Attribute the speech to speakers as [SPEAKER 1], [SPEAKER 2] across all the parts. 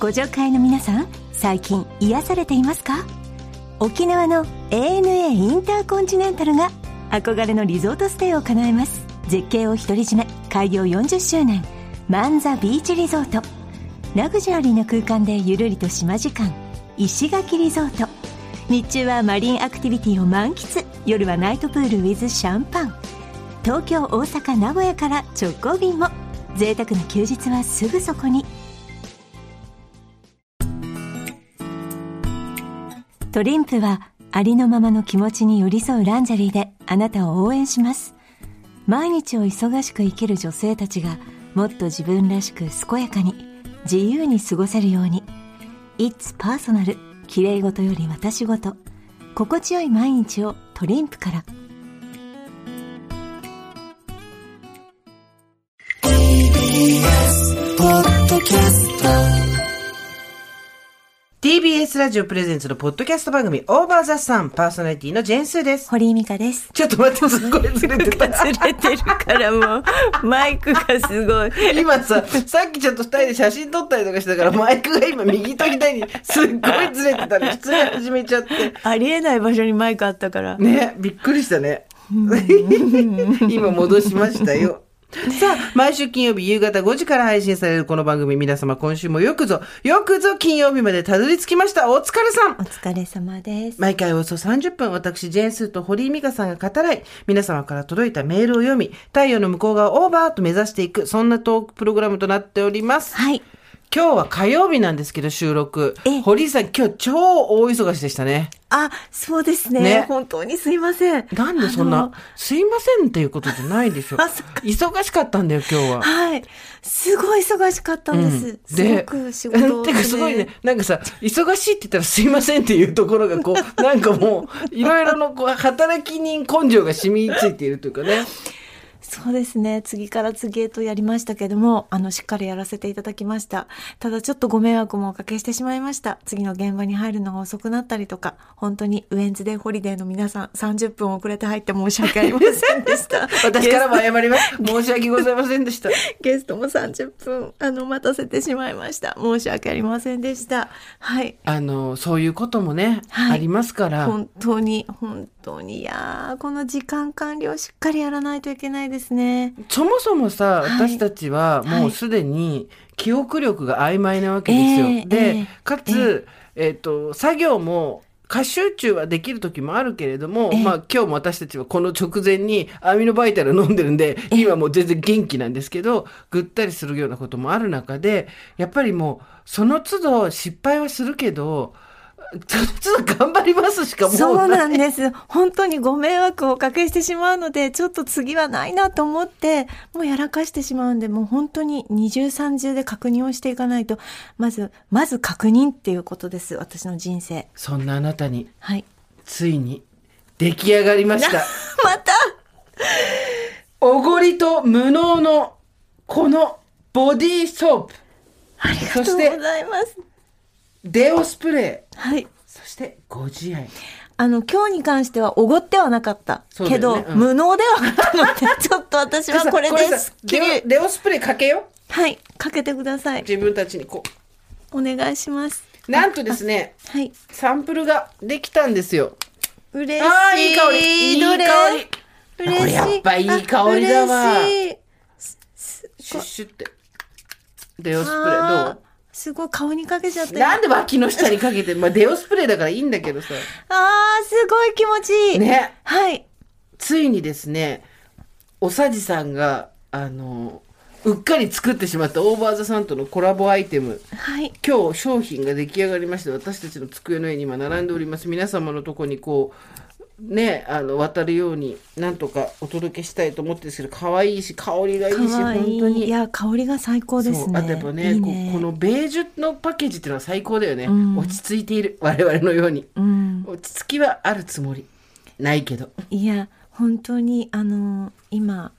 [SPEAKER 1] ご助会の皆さん最近癒されていますか沖縄の ANA インターコンチネンタルが憧れのリゾートステイを叶えます絶景を独り占め開業40周年マンザビーチリゾートラグジュアリーな空間でゆるりと島時間石垣リゾート日中はマリンアクティビティを満喫夜はナイトプール with シャンパン東京大阪名古屋から直行便も贅沢な休日はすぐそこにトリンプはありのままの気持ちに寄り添うランジェリーであなたを応援します毎日を忙しく生きる女性たちがもっと自分らしく健やかに自由に過ごせるように「It's Personal きれいごとより私ごと」心地よい毎日をトリンプから「
[SPEAKER 2] TBS ラジオプレゼンツのポッドキャスト番組オーバーザサンパーソナリティのジェーンスーです。
[SPEAKER 1] 堀井美香です」
[SPEAKER 2] ちょっと待って、すごいずれてた。
[SPEAKER 1] ずれてるからもうマイクがすごい
[SPEAKER 2] 今さ、さっきちょっと二人で写真撮ったりとかしてたから、マイクが今右と左にすっごいずれてたの。普通に始めちゃって。
[SPEAKER 1] ありえない場所にマイクあったから
[SPEAKER 2] ね、びっくりしたね。今戻しましたよ。さあ、毎週金曜日夕方5時から配信されるこの番組、皆様今週もよくぞ、よくぞ金曜日までたどり着きました。お疲れさん
[SPEAKER 1] お疲れ様です
[SPEAKER 2] 毎回およそ30分、私、ジェーンスーと堀井美香さんが語らい、皆様から届いたメールを読み、太陽の向こう側をオーバーと目指していく、そんなトークプログラムとなっております。
[SPEAKER 1] はい
[SPEAKER 2] 今日は火曜日なんですけど、収録
[SPEAKER 1] ええ。
[SPEAKER 2] 堀井さん、今日超大忙しでしたね。
[SPEAKER 1] あそうですね
[SPEAKER 2] ね
[SPEAKER 1] 本当にすいません
[SPEAKER 2] なんでそん
[SPEAKER 1] あ
[SPEAKER 2] な
[SPEAKER 1] の、
[SPEAKER 2] すいませんっていうことじゃないでしょ。
[SPEAKER 1] あそっか
[SPEAKER 2] 忙しかったんだよ、今日は。
[SPEAKER 1] はいすごい忙しかったんです、すごく仕事を、
[SPEAKER 2] てかすごいね、なんかさ、忙しいって言ったらすいませんっていうところがこう、なんかもう、いろいろのこう、働き人根性が染みついているというかね。
[SPEAKER 1] そうですね次から次へとやりましたけどもあのしっかりやらせていただきましたただちょっとご迷惑もおかけしてしまいました次の現場に入るのが遅くなったりとか本当にウエンズデーホリデーの皆さん30分遅れて入って申し訳ありませんでした
[SPEAKER 2] 私からも謝ります。申し訳ございませんでした。
[SPEAKER 1] ゲストも30分あの待たせてしまいました申し訳ありませんでしたはい
[SPEAKER 2] あの、そういうこともね、
[SPEAKER 1] はい
[SPEAKER 2] ありますから。
[SPEAKER 1] 本当に本当にいやーこの時間管理をしっかりやらないといけないですね
[SPEAKER 2] そもそもさ、
[SPEAKER 1] はい
[SPEAKER 2] 私たちはもうすでに記憶力が曖昧なわけですよ。
[SPEAKER 1] ええ
[SPEAKER 2] で、
[SPEAKER 1] ええ
[SPEAKER 2] かつ、えっ、と、作業も、過集中はできる時もあるけれども、
[SPEAKER 1] ええ
[SPEAKER 2] まあ今日も私たちはこの直前にアミノバイタル飲んでるんで、今もう全然元気なんですけど、ぐったりするようなこともある中で、やっぱりもうその都度失敗はするけど、その都度頑張りますしかもうない
[SPEAKER 1] そうなんです。本当にご迷惑をおかけしてしまうので、ちょっと次はないなと思って、もうやらかしてしまうんで、もう本当に二重三重で確認をしていかないと、まず、まず確認っていうことです。私の人生。
[SPEAKER 2] そんなあなたに
[SPEAKER 1] はい。
[SPEAKER 2] ついに出来上がりました。
[SPEAKER 1] また
[SPEAKER 2] おごりと無能のこのボディーソープ、
[SPEAKER 1] ありがとうございます。
[SPEAKER 2] デオスプレー、
[SPEAKER 1] はい。
[SPEAKER 2] そしてご自愛。
[SPEAKER 1] あの、今日に関してはおごってはなかった。
[SPEAKER 2] そうだ
[SPEAKER 1] け
[SPEAKER 2] よ
[SPEAKER 1] ど、
[SPEAKER 2] ねうん
[SPEAKER 1] 無能ではあったので、ちょっと私 はこれ
[SPEAKER 2] さ
[SPEAKER 1] で
[SPEAKER 2] さ
[SPEAKER 1] すっきり
[SPEAKER 2] デオデオスプレーかけよ。
[SPEAKER 1] はい。かけてください。
[SPEAKER 2] 自分たちにこ
[SPEAKER 1] お願いします。
[SPEAKER 2] う。なんとですね、
[SPEAKER 1] はい。
[SPEAKER 2] サンプルができたんですよ。
[SPEAKER 1] 嬉しい。
[SPEAKER 2] あーいい香りいい
[SPEAKER 1] どれ
[SPEAKER 2] 香り
[SPEAKER 1] 嬉しい。
[SPEAKER 2] これやっぱいい香りだわ
[SPEAKER 1] あ嬉しい。
[SPEAKER 2] シュッシュって。デオスプレー
[SPEAKER 1] あ
[SPEAKER 2] ど
[SPEAKER 1] ーすごい顔にかけちゃっ
[SPEAKER 2] う
[SPEAKER 1] て。
[SPEAKER 2] なんで脇の下にかけて、まあ、デオスプレーだからいいんだけどさ。
[SPEAKER 1] あーすごい気持ちいい。
[SPEAKER 2] ね。
[SPEAKER 1] はい。
[SPEAKER 2] ついにですね、おさじさんが、あの、うっかり作ってしまったオーバーザさんとのコラボアイテム。
[SPEAKER 1] はい。
[SPEAKER 2] 今日商品が出来上がりまして私たちの机の上に今並んでおります皆様のとこにこうねあの渡るようになんとかお届けしたいと思ってるんですけど可愛いし香りがいいし
[SPEAKER 1] 可愛い
[SPEAKER 2] 本当に
[SPEAKER 1] いや、香りが最高です
[SPEAKER 2] そう
[SPEAKER 1] ね。
[SPEAKER 2] あとやっぱね
[SPEAKER 1] いい
[SPEAKER 2] ここのベージュのパッケージっていうのは最高だよね、
[SPEAKER 1] うん
[SPEAKER 2] 落ち着いている我々のように
[SPEAKER 1] うん。
[SPEAKER 2] 落ち着きはあるつもりないけど
[SPEAKER 1] いや、本当に、あの、今、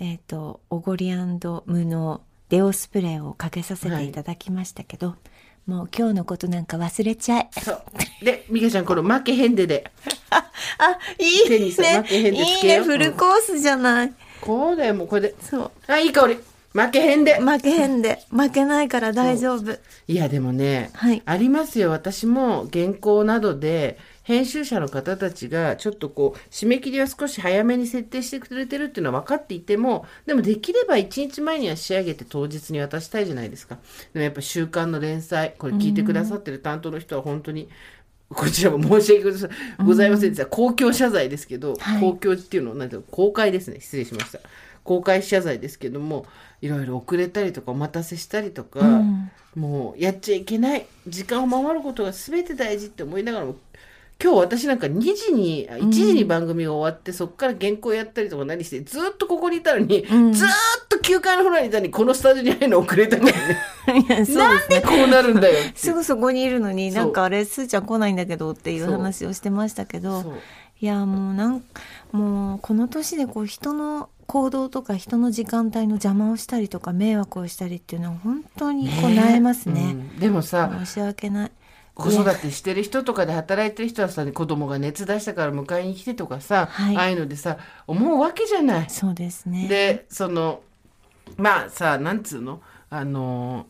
[SPEAKER 1] えっ、と、おごり無能、デオスプレーをかけさせていただきましたけど、もう今日のことなんか忘れちゃえ。
[SPEAKER 2] そうで美香ちゃんこの負けへんでで
[SPEAKER 1] あ、いい
[SPEAKER 2] 手にさ
[SPEAKER 1] ね
[SPEAKER 2] 巻きヘ。ッドつ
[SPEAKER 1] いい
[SPEAKER 2] け
[SPEAKER 1] ね。
[SPEAKER 2] よう
[SPEAKER 1] フルコースじゃない。
[SPEAKER 2] こうだよもうこれで
[SPEAKER 1] そう。
[SPEAKER 2] あいい香り負けへんで
[SPEAKER 1] 負けへんで負けないから大丈夫
[SPEAKER 2] いやでもね、
[SPEAKER 1] はい
[SPEAKER 2] ありますよ私も原稿などで編集者の方たちがちょっとこう締め切りは少し早めに設定してくれてるっていうのは分かっていてもでもできれば1日前には仕上げて当日に渡したいじゃないですかでもやっぱ週刊の連載これ聞いてくださってる担当の人は本当にこちらも申し訳ございませんございませんでした公共謝罪ですけど、
[SPEAKER 1] はい
[SPEAKER 2] 公共っていうのはなんていうの公開ですね失礼しました公開謝罪ですけどもいろいろ遅れたりとかお待たせしたりとか、
[SPEAKER 1] うん
[SPEAKER 2] もうやっちゃいけない時間を守ることが全て大事って思いながらも今日私なんか2時にあ1時に番組が終わって、そこから原稿やったりとか何してずーっとここにいたのに、
[SPEAKER 1] ん
[SPEAKER 2] ずーっと9階のフロアにいたのにこのスタジオに入るの遅れたからね
[SPEAKER 1] いやそうですね
[SPEAKER 2] なんでこうなるんだよって
[SPEAKER 1] すぐそこにいるのに
[SPEAKER 2] そ
[SPEAKER 1] な
[SPEAKER 2] う
[SPEAKER 1] んかあれすーちゃん来ないんだけどっていう
[SPEAKER 2] そう
[SPEAKER 1] 話をしてましたけ
[SPEAKER 2] そ
[SPEAKER 1] ど
[SPEAKER 2] う
[SPEAKER 1] いやもうなんもうこの年でこう人の行動とか人の時間帯の邪魔をしたりとか迷惑をしたりっていうのは本当にこう悩えます
[SPEAKER 2] う
[SPEAKER 1] ね。
[SPEAKER 2] んでもさ、
[SPEAKER 1] 申し訳ない。
[SPEAKER 2] 子育てしてる人とかで働いてる人はさ子供が熱出したから迎えに来てとかさ、
[SPEAKER 1] はい
[SPEAKER 2] ああいうのでさ思うわけじゃない。
[SPEAKER 1] そうですね。
[SPEAKER 2] でそのまあさなんつうのあの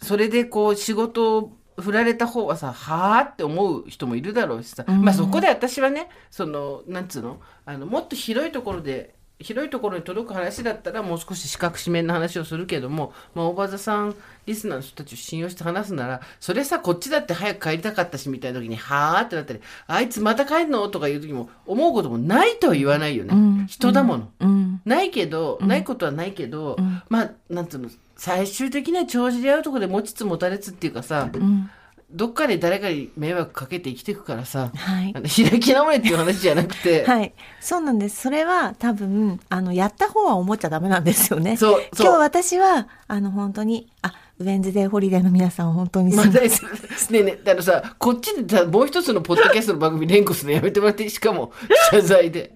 [SPEAKER 2] それでこう仕事を振られた方はさはあって思う人もいるだろうしさ、
[SPEAKER 1] うん
[SPEAKER 2] まあそこで私はねそのなんつうのあのもっと広いところで広いところに届く話だったらもう少し四角四面の話をするけども、まあ、大場座さんリスナーの人たちを信用して話すならそれさこっちだって早く帰りたかったしみたいな時にはあってなったりあいつまた帰んのとかいう時も思うこともないとは言わないよね、
[SPEAKER 1] うん
[SPEAKER 2] 人だもの。
[SPEAKER 1] うん。
[SPEAKER 2] ないけど、ないことはないけど、
[SPEAKER 1] うん
[SPEAKER 2] まあなんつうの最終的には帳尻合うとこで持ちつ持たれつっていうかさ
[SPEAKER 1] うん。
[SPEAKER 2] どっかで誰かに迷惑かけて生きていくからさ
[SPEAKER 1] はい
[SPEAKER 2] あ。の開き直れっていう話じゃなくて、
[SPEAKER 1] はい。そうなんです。それは多分、あの、やった方は思っちゃダメなんですよね。
[SPEAKER 2] そうそう
[SPEAKER 1] 今日私は、あの、本当に、あ、ウェンズデーホリデーの皆さん本当にす
[SPEAKER 2] ま
[SPEAKER 1] み
[SPEAKER 2] あ、
[SPEAKER 1] ません
[SPEAKER 2] ねえねえだからさこっちでさもう一つのポッドキャストの番組連呼するのやめてもらっていいしかも謝罪で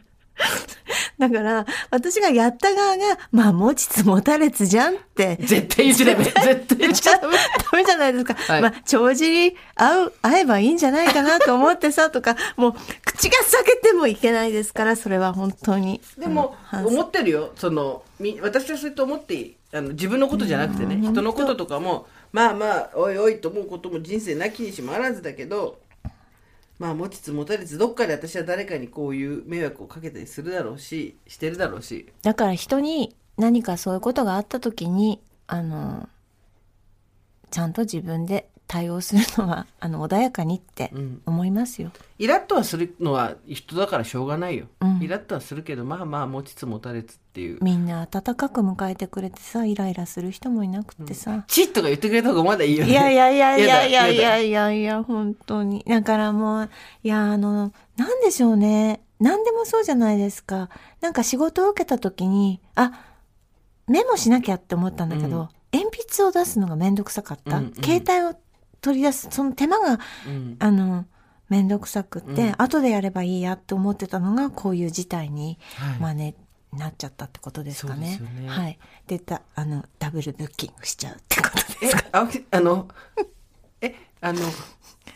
[SPEAKER 1] だから、私がやった側が、まあ、持ちつ持たれつじゃんって。
[SPEAKER 2] 絶対言っちゃダメ 絶対言っちゃダメ
[SPEAKER 1] ダメじゃないですか。
[SPEAKER 2] はい
[SPEAKER 1] まあ、帳尻合う、合えばいいんじゃないかなと思ってさ、とか、もう、口が裂けてもいけないですから、それは本当に。
[SPEAKER 2] でも
[SPEAKER 1] あの反省
[SPEAKER 2] 思ってるよそのみ私はそれと思っていいあの自分のことじゃなくてね人のこととかもまあまあおいおいと思うことも人生なきにしもあらずだけどまあ持ちつ持たれつどっかで私は誰かにこういう迷惑をかけたりするだろうししてるだろうし
[SPEAKER 1] だから人に何かそういうことがあった時にあのちゃんと自分で対応するのは あの穏やかにって
[SPEAKER 2] うん
[SPEAKER 1] 思いますよ。
[SPEAKER 2] イラッとはするのは人だからしょうがないよ、
[SPEAKER 1] うん
[SPEAKER 2] イラッとはするけどまあまあ持ちつ持たれつっていう
[SPEAKER 1] みんな温かく迎えてくれてさイライラする人もいなくてさ。
[SPEAKER 2] チッとか言ってくれた方がまだいいよね
[SPEAKER 1] いやいやいやいやいやい
[SPEAKER 2] やだ
[SPEAKER 1] やいやいや本当にだからもういやあのなんでしょうね何でもそうじゃないですかなんか仕事を受けた時にあメモしなきゃって思ったんだけど、鉛筆を出すのが面倒くさかった、
[SPEAKER 2] うんうん
[SPEAKER 1] 携帯を取り出すその手間が
[SPEAKER 2] うん
[SPEAKER 1] あの面倒くさくって、
[SPEAKER 2] うん
[SPEAKER 1] 後でやればいいやって思ってたのがこういう事態に、
[SPEAKER 2] はい
[SPEAKER 1] まあねなっちゃったってことですかね
[SPEAKER 2] そうですよね
[SPEAKER 1] はいでたあのダブルブッキングしちゃうってことで
[SPEAKER 2] え青木 あのえあの、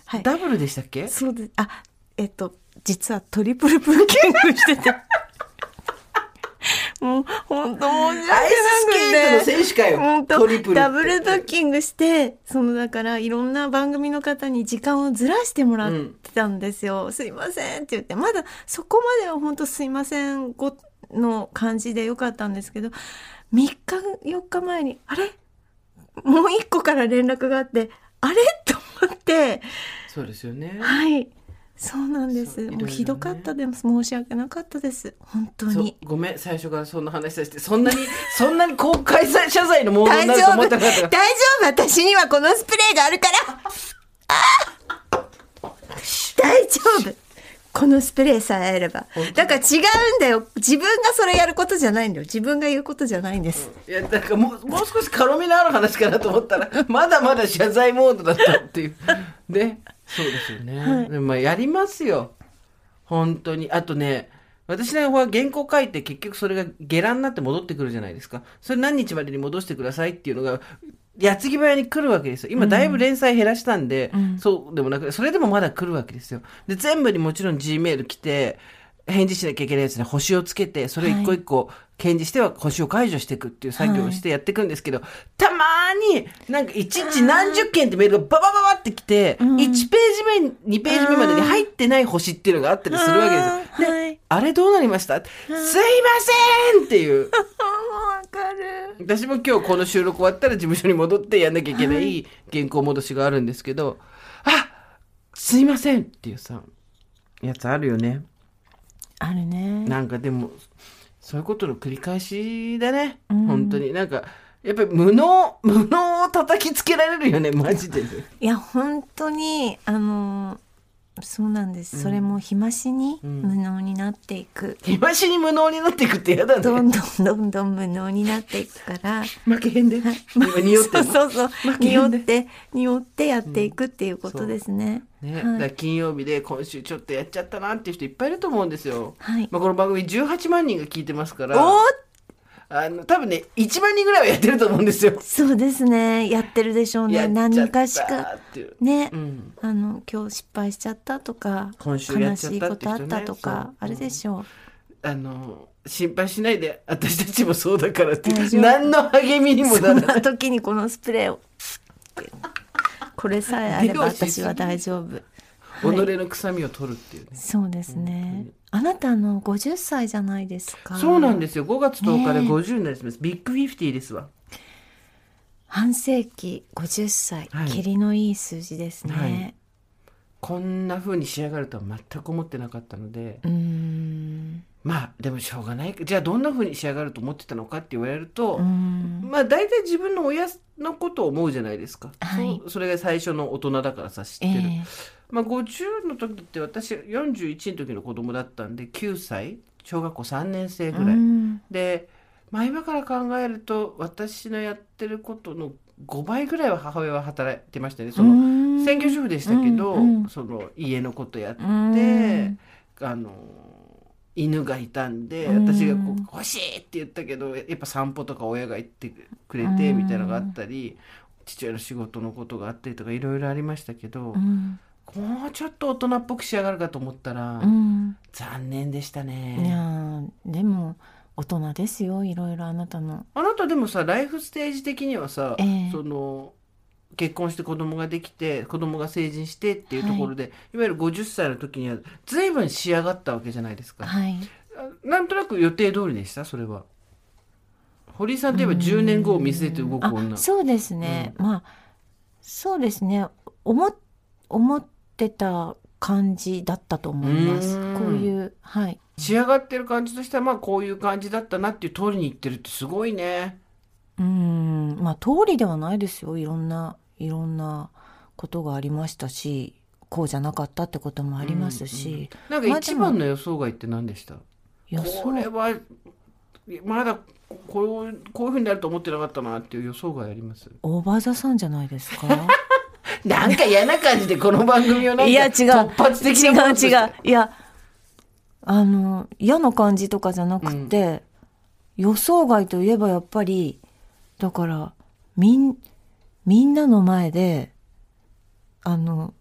[SPEAKER 1] はい
[SPEAKER 2] ダブルでしたっけ
[SPEAKER 1] そうです。あ、えっと、実はトリプルブッキングしてて。 もう、本当申し訳なくて。
[SPEAKER 2] アイススケートの選手かよ
[SPEAKER 1] 本当
[SPEAKER 2] トリプルって
[SPEAKER 1] ダブルブッキングして、その、だから、いろんな番組の方に時間をずらしてもらってたんですよ。すいませんって言って、まだそこまでは本当すいませんごの感じでよかったんですけど、3日、4日前に、あれもう1個から連絡があって、あれと思って、
[SPEAKER 2] そうですよね
[SPEAKER 1] はい。そうなんで
[SPEAKER 2] そう
[SPEAKER 1] す。
[SPEAKER 2] いろいろ
[SPEAKER 1] もう
[SPEAKER 2] ね
[SPEAKER 1] ひどかったです。申し訳なかったです。本当
[SPEAKER 2] そう
[SPEAKER 1] に。
[SPEAKER 2] ごめん最初からそんな話させてそんなに そんなに公開謝罪のモードになると思ってなかったから
[SPEAKER 1] 大丈夫。私にはこのスプレーがあるから。あー大丈夫。このスプレーさえあれば
[SPEAKER 2] 本当。だ
[SPEAKER 1] だから違うんだよ。自分がそれやることじゃないんだよ。自分が言うことじゃないんです。
[SPEAKER 2] いやなんかもうもう少し軽みのある話かなと思ったら まだまだ謝罪モードだったっていう ねそうですよね、でもまあやりますよ本当にあとね私の方は原稿書いて結局それが下乱になって戻ってくるじゃないですかそれ何日までに戻してくださいっていうのが矢継ぎ早に来るわけですよ今だいぶ連載減らしたんで、そうでもなくそれでもまだ来るわけですよで全部にもちろん G メール来て返事しなきゃいけないやつに星をつけて、それを一個一個返事しては星を解除していくっていう作業をしてやっていくんですけど、たまに、なんか一日何十件ってメールがババババってきて、
[SPEAKER 1] うん
[SPEAKER 2] 1ページ目、2ページ目までに入ってない星っていうのがあったりするわけですよ。
[SPEAKER 1] あーはい。
[SPEAKER 2] あれどうなりましたすいませんっていう。
[SPEAKER 1] あーわかる。
[SPEAKER 2] 私も今日この収録終わったら事務所に戻ってやんなきゃいけな
[SPEAKER 1] はい
[SPEAKER 2] 原稿戻しがあるんですけど、あすいませんっていうさ、やつあるよね。
[SPEAKER 1] あるね。
[SPEAKER 2] なんかでも、そういうことの繰り返しだね。
[SPEAKER 1] うん
[SPEAKER 2] 本当に。なんか、やっぱり無能、無能を叩きつけられるよね、マ ジでね。
[SPEAKER 1] いや、本当に、あのー、そうなんです。それも日増しに
[SPEAKER 2] うん
[SPEAKER 1] 無能になっていく。
[SPEAKER 2] 日増しに無能になっていくって嫌だ
[SPEAKER 1] どん
[SPEAKER 2] ね。
[SPEAKER 1] どんどんどん無能になっていくから。
[SPEAKER 2] 負けへんで。今匂って
[SPEAKER 1] そ
[SPEAKER 2] る
[SPEAKER 1] うそうそう
[SPEAKER 2] 負。け
[SPEAKER 1] 匂
[SPEAKER 2] ん
[SPEAKER 1] っ
[SPEAKER 2] で
[SPEAKER 1] て、匂ってやっていくっていうことですね。
[SPEAKER 2] ね、
[SPEAKER 1] はい
[SPEAKER 2] だから金曜日で今週ちょっとやっちゃったなっていう人いっぱいいると思うんですよ。
[SPEAKER 1] はい
[SPEAKER 2] まあ、この番組18万人が聞いてますから、
[SPEAKER 1] おー
[SPEAKER 2] あの多分ね1万人ぐらいはやってると思うんですよ。
[SPEAKER 1] そうですね。やってるでしょうね。
[SPEAKER 2] やっちゃっ
[SPEAKER 1] 何
[SPEAKER 2] た
[SPEAKER 1] かしか。
[SPEAKER 2] っていう。
[SPEAKER 1] ね
[SPEAKER 2] う。ん。
[SPEAKER 1] あの今日失敗しちゃったとか
[SPEAKER 2] 今週や
[SPEAKER 1] 悲
[SPEAKER 2] っちゃ
[SPEAKER 1] し
[SPEAKER 2] っ
[SPEAKER 1] い
[SPEAKER 2] た
[SPEAKER 1] こ
[SPEAKER 2] って人ね
[SPEAKER 1] とあったと
[SPEAKER 2] そ
[SPEAKER 1] か
[SPEAKER 2] う
[SPEAKER 1] あれでしょう、
[SPEAKER 2] あの心配しないで私たちもそうだからって
[SPEAKER 1] 大丈夫
[SPEAKER 2] 何の励みにもな
[SPEAKER 1] そ
[SPEAKER 2] ら
[SPEAKER 1] ん
[SPEAKER 2] ない。
[SPEAKER 1] な時にこのスプレーをこれさえあれば私は大丈夫
[SPEAKER 2] 己の臭みを取るっていうね。
[SPEAKER 1] そうですねあなたあの50歳じゃないですか
[SPEAKER 2] そうなんですすよ。5月10日で
[SPEAKER 1] ねえ
[SPEAKER 2] 50になります。ビッグフィフティですわ。
[SPEAKER 1] 半世紀50歳
[SPEAKER 2] はい
[SPEAKER 1] 蹴りのいい数字ですね、
[SPEAKER 2] はいこんな風に仕上がるとは全く思ってなかったので、
[SPEAKER 1] うーん
[SPEAKER 2] まあでもしょうがない。じゃあどんな風に仕上がると思ってたのかって言われると、
[SPEAKER 1] うーん
[SPEAKER 2] まあ大体自分の親のことを思うじゃないですか、
[SPEAKER 1] はい
[SPEAKER 2] そそれが最初の大人だからさ知って
[SPEAKER 1] え
[SPEAKER 2] る、
[SPEAKER 1] え
[SPEAKER 2] まあ、50の時って私41の時の子供だったんで9歳小学校3年生ぐらい、
[SPEAKER 1] うん
[SPEAKER 2] で、まあ、今から考えると私のやってることの5倍ぐらいは母親は働いてましたねその、
[SPEAKER 1] の
[SPEAKER 2] 専業主婦でしたけど、
[SPEAKER 1] うんうん
[SPEAKER 2] その家のことやって、
[SPEAKER 1] うん
[SPEAKER 2] あの犬がいたんで
[SPEAKER 1] うん
[SPEAKER 2] 私がこう「欲しい!」って言ったけどやっぱ散歩とか親が行ってくれて
[SPEAKER 1] うん
[SPEAKER 2] みたいなのがあったり父親の仕事のことがあったりとかいろいろありましたけど、
[SPEAKER 1] うん
[SPEAKER 2] もうちょっと大人っぽく仕上がるかと思ったら、
[SPEAKER 1] うん
[SPEAKER 2] 残念でした
[SPEAKER 1] いや
[SPEAKER 2] ね。
[SPEAKER 1] ーでも大人ですよいろいろあなたの
[SPEAKER 2] あなたでもさライフステージ的にはさ、
[SPEAKER 1] ええ
[SPEAKER 2] その結婚して子供ができて子供が成人してっていうところで、い、わゆる50歳の時には随分仕上がったわけじゃないですか。
[SPEAKER 1] はい
[SPEAKER 2] なんとなく予定通りでしたそれは堀井さんといえば10年後を見据えて動く
[SPEAKER 1] あ
[SPEAKER 2] 女
[SPEAKER 1] そうですね、まあそうですね思っ思ってた感じだったと思います
[SPEAKER 2] うん
[SPEAKER 1] こういうはい
[SPEAKER 2] 仕上がってる感じとしてはまあこういう感じだったなっていう通りにいってるってすごいね
[SPEAKER 1] うんまあ通りではないですよいろんないろんなことがありましたしこうじゃなかったってこともありますし、
[SPEAKER 2] なんか一番の予想外って何でした、
[SPEAKER 1] 予
[SPEAKER 2] これ
[SPEAKER 1] 想
[SPEAKER 2] はまだこうこういうふうになると思ってなかったなっていう予想外あります
[SPEAKER 1] オーバーザさんじゃないです か
[SPEAKER 2] なんか嫌な感じでこの番組をなんか
[SPEAKER 1] いや違う
[SPEAKER 2] 突発的
[SPEAKER 1] 違う
[SPEAKER 2] なものとして
[SPEAKER 1] 違ういやあの嫌な感じとかじゃなくて、予想外といえばやっぱりだからみんみんなの前であの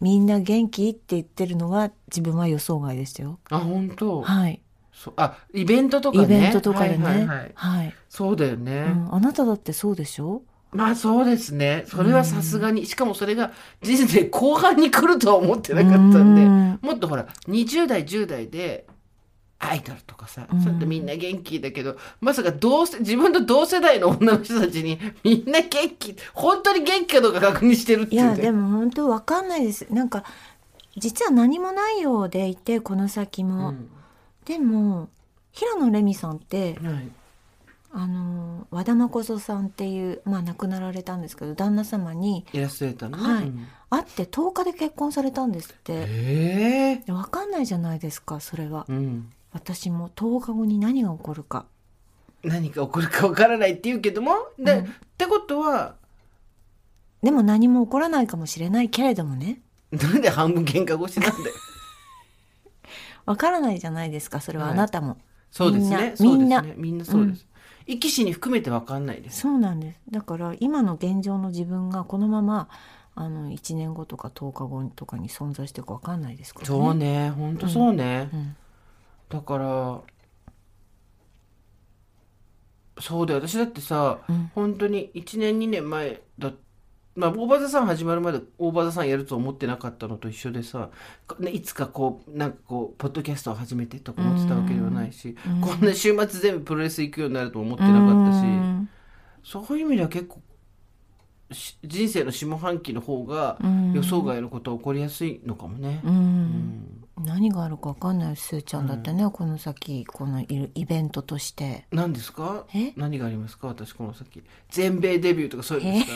[SPEAKER 1] みんな元気って言ってるのは自分は予想外でしたよ
[SPEAKER 2] あ本当、
[SPEAKER 1] はい
[SPEAKER 2] そうあイベントとかね
[SPEAKER 1] イベントとかでね
[SPEAKER 2] は
[SPEAKER 1] はいい、
[SPEAKER 2] はいはいそうだよね、
[SPEAKER 1] うん、あなただってそうでしょ
[SPEAKER 2] まあそうですね。それはさすがに、しかもそれが人生後半に来るとは思ってなかったんで、
[SPEAKER 1] うん
[SPEAKER 2] もっとほら、20代、10代で、アイドルとかさ、
[SPEAKER 1] うん
[SPEAKER 2] そうやってみんな元気だけど、まさか同世、自分と同世代の女の人たちに、みんな元気、本当に元気かどうか確認してるって
[SPEAKER 1] い
[SPEAKER 2] いう、ね。
[SPEAKER 1] やでも本当わかんないですなんか実は何もないようでいてこの先
[SPEAKER 2] う
[SPEAKER 1] も、
[SPEAKER 2] ん、
[SPEAKER 1] でも平野レミさんって
[SPEAKER 2] はい。
[SPEAKER 1] あの和田誠さんっていう、まあ、亡くなられたんですけど旦那様に
[SPEAKER 2] イラストレーターのね。
[SPEAKER 1] はい
[SPEAKER 2] うん
[SPEAKER 1] 会って10日で結婚されたんですって
[SPEAKER 2] ええ
[SPEAKER 1] でわかんないじゃないですかそれは
[SPEAKER 2] うん。
[SPEAKER 1] 私も10日後に何が起こるか
[SPEAKER 2] 何が起こるかわからないって言うけども、で、
[SPEAKER 1] うん
[SPEAKER 2] ってことは、
[SPEAKER 1] でも何も起こらないかもしれないけれどもね
[SPEAKER 2] なんで半分喧嘩越しなんだよ。
[SPEAKER 1] わからないじゃないですかそれは
[SPEAKER 2] はい
[SPEAKER 1] あなたも、
[SPEAKER 2] そうですね。
[SPEAKER 1] みんな
[SPEAKER 2] そうですねみんなそうです。生き死に含めてわかんないです。
[SPEAKER 1] そうなんですだから今の現状の自分がこのままあの1年後とか10日後とかに存在してるかわかんないですから
[SPEAKER 2] そうね、本当そうね。
[SPEAKER 1] うん
[SPEAKER 2] だからそうだよ私だってさ、
[SPEAKER 1] うん
[SPEAKER 2] 本当に1年2年前だまあ大場座さん始まるまで大場座さんやると思ってなかったのと一緒でさこねいつかこうなんかこうポッドキャストを始めてとか思ってたわけではないし、
[SPEAKER 1] うん
[SPEAKER 2] こんな週末全部プロレス行くようになると思ってなかったし。
[SPEAKER 1] うん
[SPEAKER 2] そういう意味では結構し人生の下半期の方が
[SPEAKER 1] うん
[SPEAKER 2] 予想外のことは起こりやすいのかもね。
[SPEAKER 1] う
[SPEAKER 2] うんん
[SPEAKER 1] 何があるか分かんないしすーちゃんだってね、この先このいるイベントとして
[SPEAKER 2] 何ですか
[SPEAKER 1] え
[SPEAKER 2] 何がありますか私この先全米デビューとかそういうのですか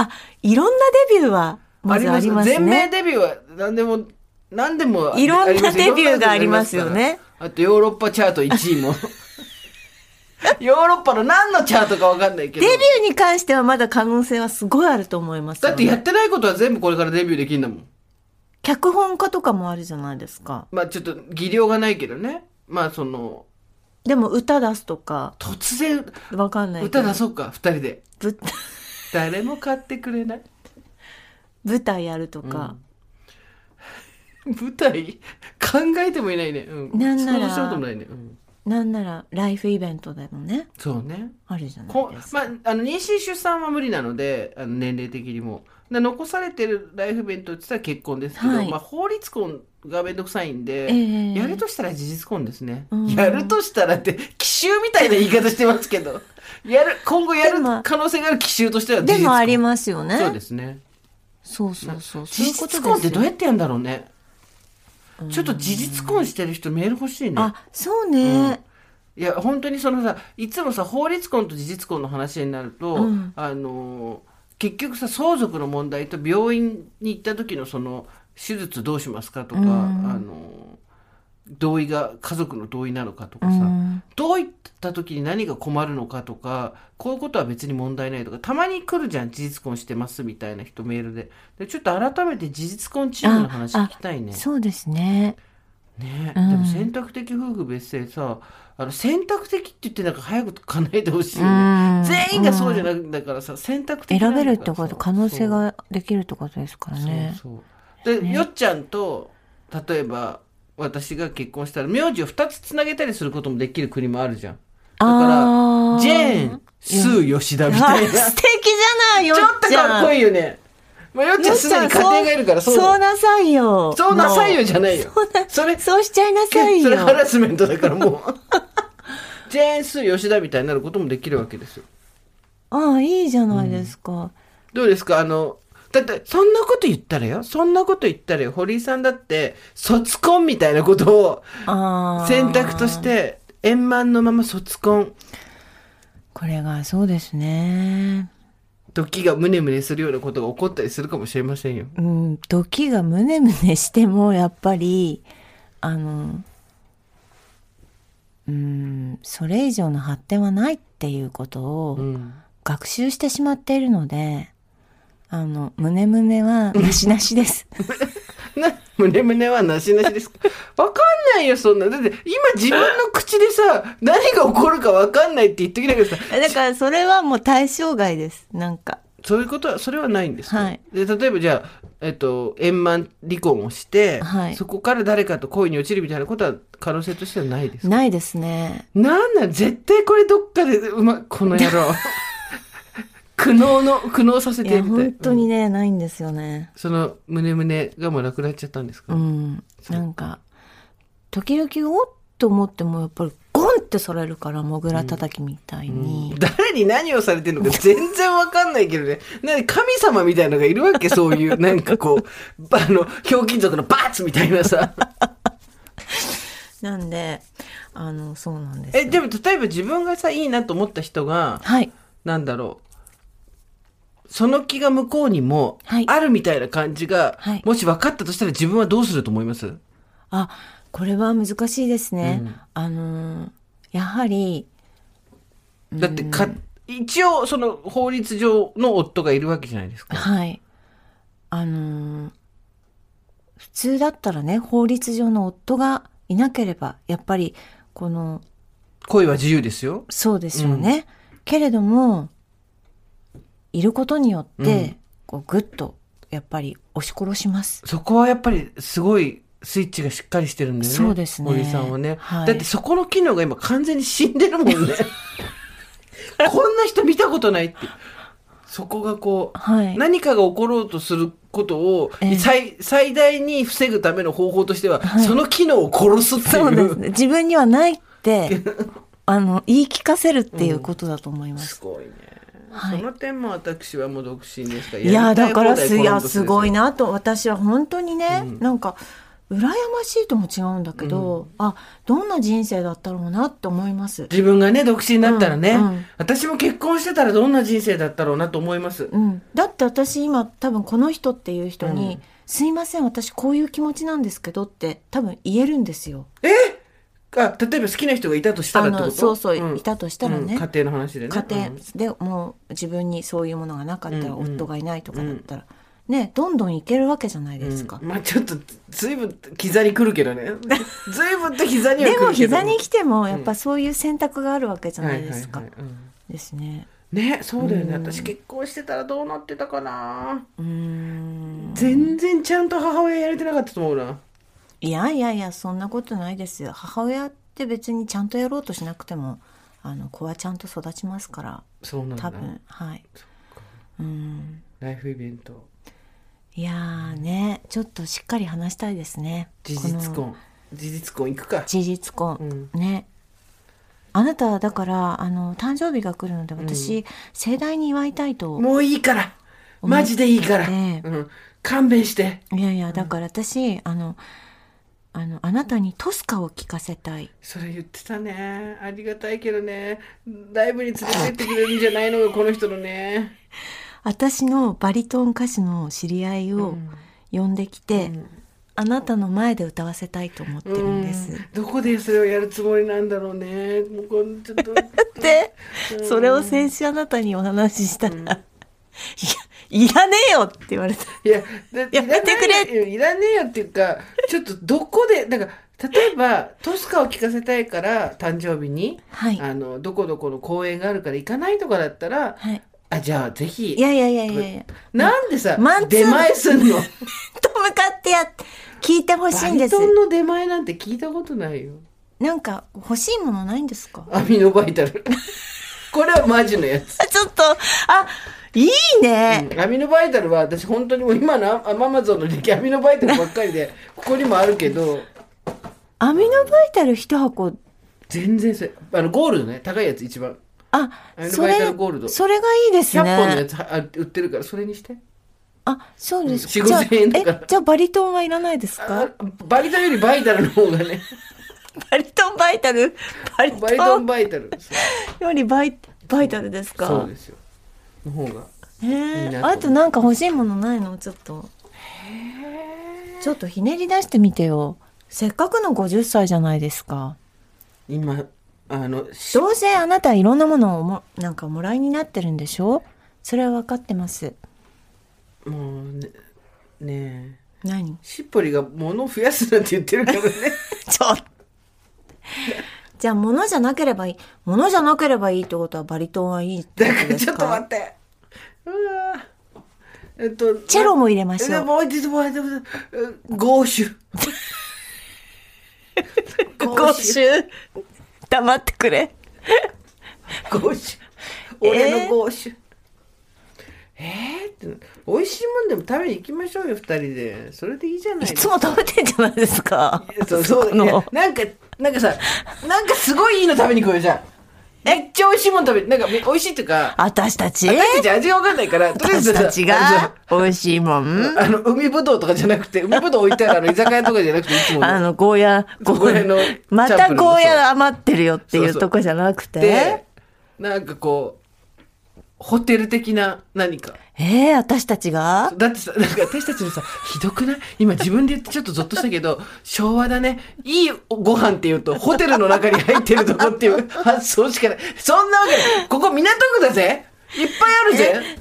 [SPEAKER 1] あいろんなデビューはまずあります
[SPEAKER 2] 全米
[SPEAKER 1] ね
[SPEAKER 2] デビューは何でも何でもあ
[SPEAKER 1] いろんな
[SPEAKER 2] あります
[SPEAKER 1] デビューがありますよね
[SPEAKER 2] いろんなことがありますからあとヨーロッパチャート1位も ヨーロッパの何のチャートか分かんないけ
[SPEAKER 1] デ
[SPEAKER 2] ど
[SPEAKER 1] ビューに関してはまだ可能性はすごいあると思いますよ
[SPEAKER 2] だってやってないことは全部これからデビューできるんだもん
[SPEAKER 1] 脚本家とかもあるじゃないですか
[SPEAKER 2] まあちょっと技量がないけどねまあその
[SPEAKER 1] でも歌出すとか
[SPEAKER 2] 突然
[SPEAKER 1] 分かんないけど
[SPEAKER 2] 歌出そうか二人で
[SPEAKER 1] ぶ
[SPEAKER 2] 誰も買ってくれない
[SPEAKER 1] 舞台やるとか、
[SPEAKER 2] 舞台考えてもいないね、うん、
[SPEAKER 1] なんなら
[SPEAKER 2] 想像したこともないね、うん、
[SPEAKER 1] なんならライフイベントでもね
[SPEAKER 2] そうね
[SPEAKER 1] あるじゃない
[SPEAKER 2] こ
[SPEAKER 1] ですか
[SPEAKER 2] まあ、あの妊娠出産は無理なのであの年齢的にもで残されてるライフイベントって言ったら結婚ですけど、
[SPEAKER 1] はい
[SPEAKER 2] まあ、法律婚がめんどくさいんで、
[SPEAKER 1] ええ
[SPEAKER 2] やるとしたら事実婚ですね、
[SPEAKER 1] うん
[SPEAKER 2] やるとしたらって奇襲みたいな言い方してますけどやる今後や
[SPEAKER 1] で
[SPEAKER 2] る
[SPEAKER 1] も
[SPEAKER 2] 可能性がある奇襲としては事実
[SPEAKER 1] で
[SPEAKER 2] 婚
[SPEAKER 1] もありますよね
[SPEAKER 2] そうですね
[SPEAKER 1] そうそうそうそうい
[SPEAKER 2] 事
[SPEAKER 1] うこ
[SPEAKER 2] 実
[SPEAKER 1] と
[SPEAKER 2] 婚っ
[SPEAKER 1] ですよ
[SPEAKER 2] てどうやってやるんだろうねちょっと事実婚してる人メール欲しいね
[SPEAKER 1] あそうね、
[SPEAKER 2] いや本当にそのさいつもさ法律婚と事実婚の話になると、
[SPEAKER 1] うん
[SPEAKER 2] あのー結局さ相続の問題と病院に行った時のその手術どうしますかとか、
[SPEAKER 1] うん
[SPEAKER 2] あのー同意が家族の同意なのかと
[SPEAKER 1] う
[SPEAKER 2] かさ、
[SPEAKER 1] ん
[SPEAKER 2] どういった時に何が困るのかとかこういうことは別に問題ないとかたまに来るじゃん事実婚してますみたいな人メールででちょっと改めて事実婚チームの話聞きたいね。
[SPEAKER 1] そうですね
[SPEAKER 2] ね、
[SPEAKER 1] うん
[SPEAKER 2] でも選択的夫婦別姓さあの選択的って言ってなんか早く叶えてほしいよね、全員がそうじゃ
[SPEAKER 1] い
[SPEAKER 2] ないんだからさ選択的なん
[SPEAKER 1] 選べ
[SPEAKER 2] だか
[SPEAKER 1] る
[SPEAKER 2] ら
[SPEAKER 1] っ
[SPEAKER 2] さ
[SPEAKER 1] てこと可能性ができるってことですから
[SPEAKER 2] そう
[SPEAKER 1] ね
[SPEAKER 2] そうそうで、よっちゃんと例えば私が結婚したら名字を2つつなげたりすることもできる国もあるじゃんだか
[SPEAKER 1] あ
[SPEAKER 2] らジェーンスー吉田み
[SPEAKER 1] あ
[SPEAKER 2] たいな ちょ
[SPEAKER 1] 素敵じゃないよ
[SPEAKER 2] っとかっこ
[SPEAKER 1] いい
[SPEAKER 2] いいよね、まあ、よっちゃんすでに家庭がいるから
[SPEAKER 1] そ
[SPEAKER 2] そうう
[SPEAKER 1] そう
[SPEAKER 2] だ
[SPEAKER 1] なさいよ
[SPEAKER 2] そうなさいよじゃないよ
[SPEAKER 1] そうな
[SPEAKER 2] それ
[SPEAKER 1] そうしちゃいなさい
[SPEAKER 2] それ
[SPEAKER 1] よ
[SPEAKER 2] ハラスメントだからもうジェーン・スー吉田みたいになることもできるわけですよ
[SPEAKER 1] ああいいじゃないですか、
[SPEAKER 2] どうですかあのだってそんなこと言ったらよそんなこと言ったらよ堀井さんだって卒婚みたいなこと
[SPEAKER 1] あ
[SPEAKER 2] を
[SPEAKER 1] あ
[SPEAKER 2] 選択として円満のまま卒婚
[SPEAKER 1] これがそうですね
[SPEAKER 2] 時がムネムネするようなことが起こったりするかもしれませんよ
[SPEAKER 1] うん時がムネムネしてもやっぱりあのうんそれ以上の発展はないっていうこと
[SPEAKER 2] う
[SPEAKER 1] を
[SPEAKER 2] ん
[SPEAKER 1] 学習してしまっているので、あのムネムネはなしなしです。
[SPEAKER 2] な胸胸はなしなしですかわかんないよそんなだって今自分の口でさ何が起こるかわかんないって言っときながらさ
[SPEAKER 1] だからそれはもう対象外です。なんか
[SPEAKER 2] そういうことは、それはないんですね、
[SPEAKER 1] はい
[SPEAKER 2] で、例えばじゃあ、えっと、円満離婚をして、
[SPEAKER 1] はい
[SPEAKER 2] そこから誰かと恋に落ちるみたいなことは可能性としてはないですか。
[SPEAKER 1] ないですね。
[SPEAKER 2] なんなん、絶対これどっかで、うま、この野郎。苦悩の、苦悩させ
[SPEAKER 1] い
[SPEAKER 2] て
[SPEAKER 1] や
[SPEAKER 2] みたい。
[SPEAKER 1] 本当
[SPEAKER 2] う
[SPEAKER 1] に
[SPEAKER 2] ん
[SPEAKER 1] ね、ないんですよね。
[SPEAKER 2] その、胸胸がもうなくなっちゃったんですか、
[SPEAKER 1] うん、
[SPEAKER 2] そう
[SPEAKER 1] なんか時々おっと思ってもやっぱりゴンってそれるからモグラ叩きみたいに。
[SPEAKER 2] 誰に何をされてるのか 全然わかんないけどね。な神様みたいのがいるわけそういう、なんかこう、 ばあの、ひょうきん族のバーツみたいなさ。
[SPEAKER 1] なんで、あの、そうなんですよ。
[SPEAKER 2] えでも例えば自分がさいいなと思った人が
[SPEAKER 1] はい。
[SPEAKER 2] なんだろうその気が向こうにも
[SPEAKER 1] はい
[SPEAKER 2] あるみたいな感じが、
[SPEAKER 1] はい
[SPEAKER 2] もし分かったとしたら自分はどうすると思います
[SPEAKER 1] あ、これは難しいですね。
[SPEAKER 2] うん
[SPEAKER 1] あのー、やはり、
[SPEAKER 2] だってか一応その法律上の夫がいるわけじゃないですか。
[SPEAKER 1] はい。あのー、普通だったらね、法律上の夫がいなければ、やっぱり、この、
[SPEAKER 2] 恋は自由ですよ。
[SPEAKER 1] そうでしょうね。けれども、いることによって、
[SPEAKER 2] うん
[SPEAKER 1] こう、ぐっと、やっぱり押し殺します。
[SPEAKER 2] そこはやっぱりすごいスイッチがしっかりしてるんだよね。
[SPEAKER 1] そうですね
[SPEAKER 2] 森さんはね、
[SPEAKER 1] はい
[SPEAKER 2] だってそこの機能が今完全に死んでるもん ね。こんな人見たことないって。そこがこう、
[SPEAKER 1] はい
[SPEAKER 2] 何かが起ころうとすることを、
[SPEAKER 1] ええ
[SPEAKER 2] 最最大に防ぐための方法としては、その機能を殺すって い
[SPEAKER 1] そう
[SPEAKER 2] う。
[SPEAKER 1] ですね。自分にはない って、あの、言い聞かせるっていうことだと思います。
[SPEAKER 2] すごいね。
[SPEAKER 1] はい
[SPEAKER 2] その点も私はもう独身ですから。
[SPEAKER 1] いや、だからす、い
[SPEAKER 2] やりた
[SPEAKER 1] や、
[SPEAKER 2] 放題コロンブスです
[SPEAKER 1] す
[SPEAKER 2] よ
[SPEAKER 1] ごいなと、私は本当にね、なんか、羨ましいとも違うんだけど、あ、どんな人生だったろうなって思います。
[SPEAKER 2] 自分がね、独身だったらね、
[SPEAKER 1] うんうん
[SPEAKER 2] 私も結婚してたらどんな人生だったろうなと思います。
[SPEAKER 1] うん、だって私今多分この人っていう人に「
[SPEAKER 2] うん
[SPEAKER 1] すいません私こういう気持ちなんですけど」って多分言えるんですよ。
[SPEAKER 2] えあ、例えば好きな人がいたとしたらってこ
[SPEAKER 1] あ
[SPEAKER 2] と
[SPEAKER 1] のそうそうんいたとしたらね
[SPEAKER 2] うん家庭の話でね。
[SPEAKER 1] 家庭
[SPEAKER 2] うん
[SPEAKER 1] でもう自分にそういうものがなかったら、
[SPEAKER 2] うんうん
[SPEAKER 1] 夫がいないとかだったら、ねどんどんいけるわけじゃないですか。
[SPEAKER 2] うんまあちょっと、ずいぶん膝に来るけどね。 ずいぶんと膝には来
[SPEAKER 1] で
[SPEAKER 2] るけど。
[SPEAKER 1] も膝に来てもやっぱそういう選択があるわけじゃないですか。
[SPEAKER 2] はいはいはいうん
[SPEAKER 1] ですね。
[SPEAKER 2] ね、そうだよね。
[SPEAKER 1] うん
[SPEAKER 2] 私結婚してたらどうなってたかな。
[SPEAKER 1] うーん
[SPEAKER 2] 全然ちゃんと母親やれてなかったと思うな。
[SPEAKER 1] いやいやいやそんなことないですよ。母親って別にちゃんとやろうとしなくてもあの子はちゃんと育ちますから
[SPEAKER 2] そうなんだ。
[SPEAKER 1] 多分はい。うん
[SPEAKER 2] ライフイベント。
[SPEAKER 1] いやーねちょっとしっかり話したいですね
[SPEAKER 2] 事
[SPEAKER 1] こ
[SPEAKER 2] 実
[SPEAKER 1] の
[SPEAKER 2] 婚。事実婚行くか。
[SPEAKER 1] 事実婚、
[SPEAKER 2] う
[SPEAKER 1] ねあなたはだからあの誕生日が来るので私、盛大に祝いたいと
[SPEAKER 2] もういいから。マジでいいから。
[SPEAKER 1] ええ
[SPEAKER 2] うん。勘弁して。
[SPEAKER 1] いやいやだから私、あのあのあなたにトスカを聞かせたい
[SPEAKER 2] それ言ってたね。ありがたいけどね。ライブに連れてってくれるんじゃないのがこの人のね。
[SPEAKER 1] 私のバリトン歌手の知り合いを呼んできて、あなたの前で歌わせたいと思ってるんです、
[SPEAKER 2] どこでそれをやるつもりなんだろうね。もうこんちょっ と。
[SPEAKER 1] で、それを先週あなたにお話ししたら、いや、いらねえよって言われた。
[SPEAKER 2] いや、だ
[SPEAKER 1] やめてくれ
[SPEAKER 2] いらないよいらねえよっていうか、ちょっとどこで、だから、例えば、トスカを聞かせたいから、誕生日に、
[SPEAKER 1] はい
[SPEAKER 2] あの、どこどこの公演があるから行かないとかだったら、
[SPEAKER 1] はい。
[SPEAKER 2] あ、じゃあぜひ。
[SPEAKER 1] いやいやいやいやいや。
[SPEAKER 2] なんでさ、
[SPEAKER 1] マンツー
[SPEAKER 2] 出前すんの
[SPEAKER 1] と向かってや、聞いてほしいんです
[SPEAKER 2] バ。リトンの出前なんて聞いたことないよ。
[SPEAKER 1] なんか、欲しいものないんですか
[SPEAKER 2] アミノバイタル。 これはマジのやつ。
[SPEAKER 1] あちょっと、あ、いいね。
[SPEAKER 2] アミノバイタルは私本当にもう今のアママゾンの履歴アミノバイタルばっかりで、ここにもあるけど、
[SPEAKER 1] アミノバイタル一箱、
[SPEAKER 2] 全然それ、あの、ゴールドね、高いやつ一番。
[SPEAKER 1] あ
[SPEAKER 2] ア、ミノ
[SPEAKER 1] そ
[SPEAKER 2] バイタル
[SPEAKER 1] れ
[SPEAKER 2] ゴールド、
[SPEAKER 1] それがいいです
[SPEAKER 2] 100本のや
[SPEAKER 1] ね。
[SPEAKER 2] つはあ売ってるから、それにして。
[SPEAKER 1] あ、そうです
[SPEAKER 2] うん
[SPEAKER 1] じゃあ
[SPEAKER 2] 4,000円だから
[SPEAKER 1] え、じゃあバリトンはいらないです
[SPEAKER 2] あ
[SPEAKER 1] か
[SPEAKER 2] バリタルよりバイタルの方が ね、
[SPEAKER 1] バリトンバイタルバリ
[SPEAKER 2] バリ
[SPEAKER 1] ト
[SPEAKER 2] トン
[SPEAKER 1] ン
[SPEAKER 2] バイタル。そう
[SPEAKER 1] よりバイバイタルですか
[SPEAKER 2] そうですよ。の方が。い
[SPEAKER 1] え
[SPEAKER 2] いなと思
[SPEAKER 1] え
[SPEAKER 2] う
[SPEAKER 1] あとなんか欲しいものないのちょっとちょっとひねり出してみてよせっかくの50歳じゃないですか
[SPEAKER 2] 今、あの、し
[SPEAKER 1] どうせあなたいろんなものをもなんかもらいになってるんでしょそれは分かってます
[SPEAKER 2] もうね、ね え。
[SPEAKER 1] 何
[SPEAKER 2] しっぽりが物を増やすなんて言ってるか らね。
[SPEAKER 1] ちょっとじゃあ物じゃなければいい物じゃなければいいってことはバリトンはいいって
[SPEAKER 2] だ
[SPEAKER 1] こ
[SPEAKER 2] か
[SPEAKER 1] とで
[SPEAKER 2] らち
[SPEAKER 1] す
[SPEAKER 2] ょっと待っ
[SPEAKER 1] か
[SPEAKER 2] て。うわぁえっと。
[SPEAKER 1] チェロも入れまし
[SPEAKER 2] え
[SPEAKER 1] ょう
[SPEAKER 2] もう一度、もう一度、もう一度ゴーシュ。ゴーシュ。
[SPEAKER 1] 50黙ってくれ
[SPEAKER 2] ゴーシュ。 俺のゴーシュ。えー、って美味しいもんでも食べに行きましょうよ二人でそれでいいじゃない
[SPEAKER 1] い
[SPEAKER 2] です
[SPEAKER 1] つ
[SPEAKER 2] か
[SPEAKER 1] も食べてんじゃないですか
[SPEAKER 2] そうそう
[SPEAKER 1] の
[SPEAKER 2] いやなんかなんかさなんかすごいいいの食べに来ようよじゃんめっちゃ美味しいもん食べなんかめ美味しいっていうか
[SPEAKER 1] 私たち
[SPEAKER 2] 私たち味が分かんないから、とりあえず
[SPEAKER 1] 私たちが 美味しいもん。
[SPEAKER 2] あの、海ぶどうとかじゃなくて、海ぶどう置いてあるあの、居酒屋とかじゃなくて、いつもの。
[SPEAKER 1] あの、ゴーヤ、
[SPEAKER 2] ゴーヤの
[SPEAKER 1] ま
[SPEAKER 2] チャン
[SPEAKER 1] た
[SPEAKER 2] プルー
[SPEAKER 1] ゴー
[SPEAKER 2] そう
[SPEAKER 1] ヤ余ってるよってい
[SPEAKER 2] そう
[SPEAKER 1] う
[SPEAKER 2] そう
[SPEAKER 1] とこじゃなくて
[SPEAKER 2] で。、なんかこう、ホテル的な何か。
[SPEAKER 1] えー、私たちが
[SPEAKER 2] だってさ、なんか私たちのさ、ひどくない今自分で言ってちょっとゾッとしたけど、昭和だね。いいご飯って言うと、ホテルの中に入ってるとこっていう 発想しかない。そんなわけない。ここ港区だぜいっぱいあるぜ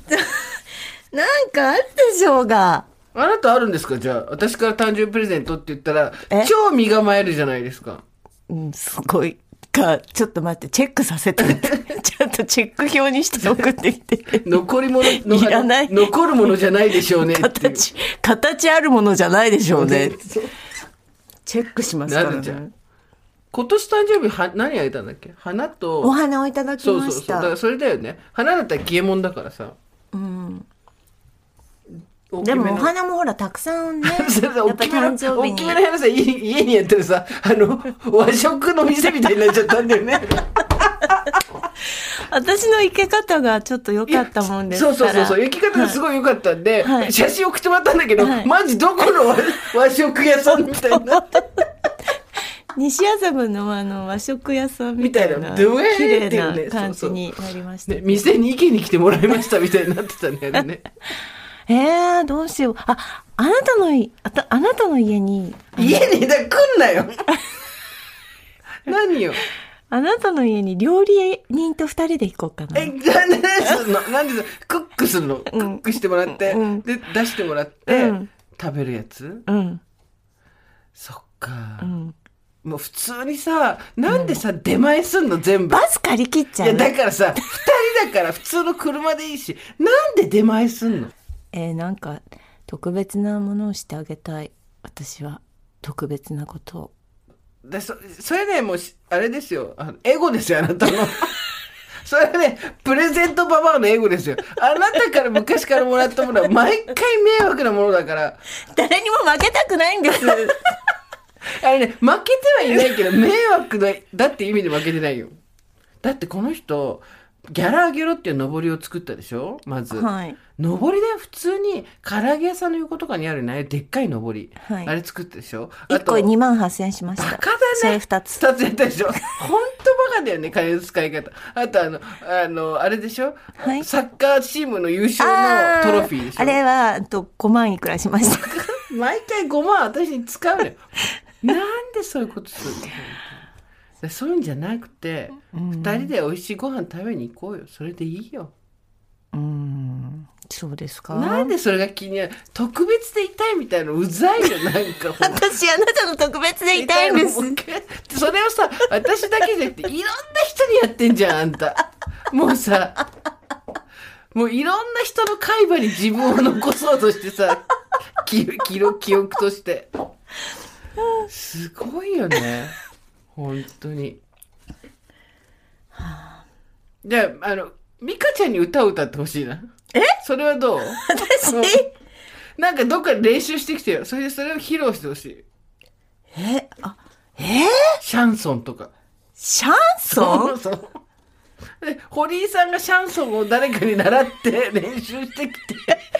[SPEAKER 1] なんかあるでしょうが。
[SPEAKER 2] あなたあるんですかじゃあ、私から誕生日プレゼントって言ったら
[SPEAKER 1] え、
[SPEAKER 2] 超身構えるじゃないですか。
[SPEAKER 1] うん、すごい。か、ちょっと待って、チェックさ せて。ちゃんとチェック表にして送ってきて。
[SPEAKER 2] 残り物 の
[SPEAKER 1] いら ない
[SPEAKER 2] 残るものじゃないでしょうねっていう
[SPEAKER 1] 形、形あるものじゃないでしょうね。チェックしますから
[SPEAKER 2] なるじゃ
[SPEAKER 1] ね
[SPEAKER 2] ん。今年誕生日は何あげたんだっけ花と
[SPEAKER 1] お花をいただき
[SPEAKER 2] そう
[SPEAKER 1] ま
[SPEAKER 2] そうそう
[SPEAKER 1] し
[SPEAKER 2] だ
[SPEAKER 1] た。
[SPEAKER 2] からそれだよね花だったら消えもんだからさ
[SPEAKER 1] うん。
[SPEAKER 2] 大き
[SPEAKER 1] で
[SPEAKER 2] め
[SPEAKER 1] も
[SPEAKER 2] の
[SPEAKER 1] お花もほらたくさ んね。やっぱ
[SPEAKER 2] それさ大きめの
[SPEAKER 1] 誕生日
[SPEAKER 2] 大
[SPEAKER 1] に
[SPEAKER 2] きめの部屋のさ家家にやってるさあの和食の店みたいになっちゃったんだよね
[SPEAKER 1] 私の生け方がちょっと良かったもんです
[SPEAKER 2] そ
[SPEAKER 1] か
[SPEAKER 2] う
[SPEAKER 1] ら。
[SPEAKER 2] そうそうそう行き方がすごい良かったんで、
[SPEAKER 1] はい
[SPEAKER 2] 写真送ってもらったんだけど、
[SPEAKER 1] はい
[SPEAKER 2] マジどこ の和和食屋さんみたいな
[SPEAKER 1] 西麻布のあの和食屋さんみたい
[SPEAKER 2] みたい
[SPEAKER 1] な
[SPEAKER 2] な
[SPEAKER 1] 綺
[SPEAKER 2] ドウェーっていうね
[SPEAKER 1] 麗な感じになりました。
[SPEAKER 2] ね店に池に来てもらいましたみたいになってたんだ よね
[SPEAKER 1] えー、どうしよう。あ、あなたのい、あた、あなたの家に、
[SPEAKER 2] 家にだから来んなよ何よ
[SPEAKER 1] あなたの家に料理人と二人で行こうかな
[SPEAKER 2] え、。なんで何するのなんでクックするの、クックしてもらって、
[SPEAKER 1] うん
[SPEAKER 2] で、出してもらって、
[SPEAKER 1] うん
[SPEAKER 2] 食べるやつ
[SPEAKER 1] うん、
[SPEAKER 2] そっか、
[SPEAKER 1] うん。
[SPEAKER 2] もう普通にさ、なんでさ、出前すんの全部。
[SPEAKER 1] バス借り切っち
[SPEAKER 2] い
[SPEAKER 1] ゃ
[SPEAKER 2] や、
[SPEAKER 1] う。
[SPEAKER 2] だからさ、二人だから普通の車でいいし、なんで出前すんの
[SPEAKER 1] えー、なんか、特別なものをしてあげたい。私は、特別なことを。
[SPEAKER 2] でそそれね、もうし、あれですよ。あのエゴですよ、あな たの。それね、プレゼントババアのエゴですよ。あなたから昔からもらったものは毎回迷惑なものだから。
[SPEAKER 1] 誰にも負けたくないん です。
[SPEAKER 2] あれね、負けてはいないけど、迷惑だだって意味で負けてないよ。だってこの人、ギャラあげろっていう上りを作ったでしょまず。
[SPEAKER 1] はい。
[SPEAKER 2] 上りで普通に唐揚げ屋さんの横とかにあるね、でっかい上り。
[SPEAKER 1] はい
[SPEAKER 2] あれ作ったでしょあ
[SPEAKER 1] 一個
[SPEAKER 2] と、
[SPEAKER 1] 2万8千しまし
[SPEAKER 2] バ
[SPEAKER 1] た。
[SPEAKER 2] カだね。
[SPEAKER 1] それ2つ。
[SPEAKER 2] 二つやっ たでしょ本当バカだよね、金の使い方。あとあの、あの、あれでしょ、
[SPEAKER 1] はい
[SPEAKER 2] サッカーチームの優
[SPEAKER 1] あ
[SPEAKER 2] 勝のトロフィーでしょ
[SPEAKER 1] あれは、えっと、5万いくらしました。
[SPEAKER 2] 毎回5万私に使うのよなんでそういうことするの本当にそういうんじゃなくて、二2人で美味しいご飯食べに行こうよそれでいいよ
[SPEAKER 1] うん、そうですか。
[SPEAKER 2] なんでそれが気になる特別でいたいみたいなのうざいよなんかほんと
[SPEAKER 1] 私、あなたの特別でいたいんです。
[SPEAKER 2] それをさ私だけじゃなくていろんな人にやってんじゃんあんたもうさもういろんな人の海馬に自分を残そうとしてさ記記録記憶としてすごいよね本当にじゃああの美香ちゃんに歌を歌ってほしいなえそれはどう
[SPEAKER 1] 私
[SPEAKER 2] うんなんかどっかで練習してきてよそれでそれを披露してほしい
[SPEAKER 1] え、あ、えー、
[SPEAKER 2] シャンソンとか
[SPEAKER 1] シャンソ
[SPEAKER 2] そ
[SPEAKER 1] ン
[SPEAKER 2] うそう。で、堀井さんがシャンソンを誰かに習って 練習してきて、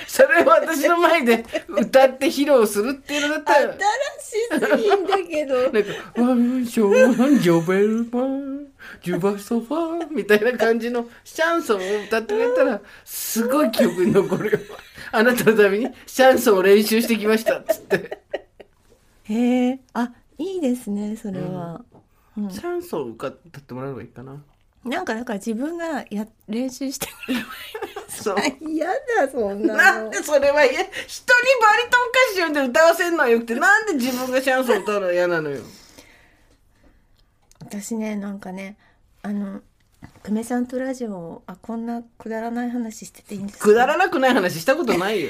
[SPEAKER 2] それを私の前で歌って披露するっていうのだったら、
[SPEAKER 1] 新しすぎんだけど。
[SPEAKER 2] なんか、ワンショーン、ジョベルマン、ジュバソファーみたいな感じのシャンソンを歌ってくれたら、すごい記憶に残るよ。あなたのためにシャンソンを練習してきましたっつって。
[SPEAKER 1] へえ、あ、いいですね、それは。
[SPEAKER 2] シャンソンを歌ってもらえばいいかな。
[SPEAKER 1] なんか、だから自分がや練習してみる。
[SPEAKER 2] そう。
[SPEAKER 1] 嫌だ、そん
[SPEAKER 2] なんでそれは嫌人にバリトン歌手読んで歌わせんのはよくてなんで自分がシャンソン歌うのは嫌なのよ
[SPEAKER 1] 私ね、なんかね、あの、久米さんとラジオを、あ、こんなくだらない話してていいんですか
[SPEAKER 2] くだらなくない話したことないよ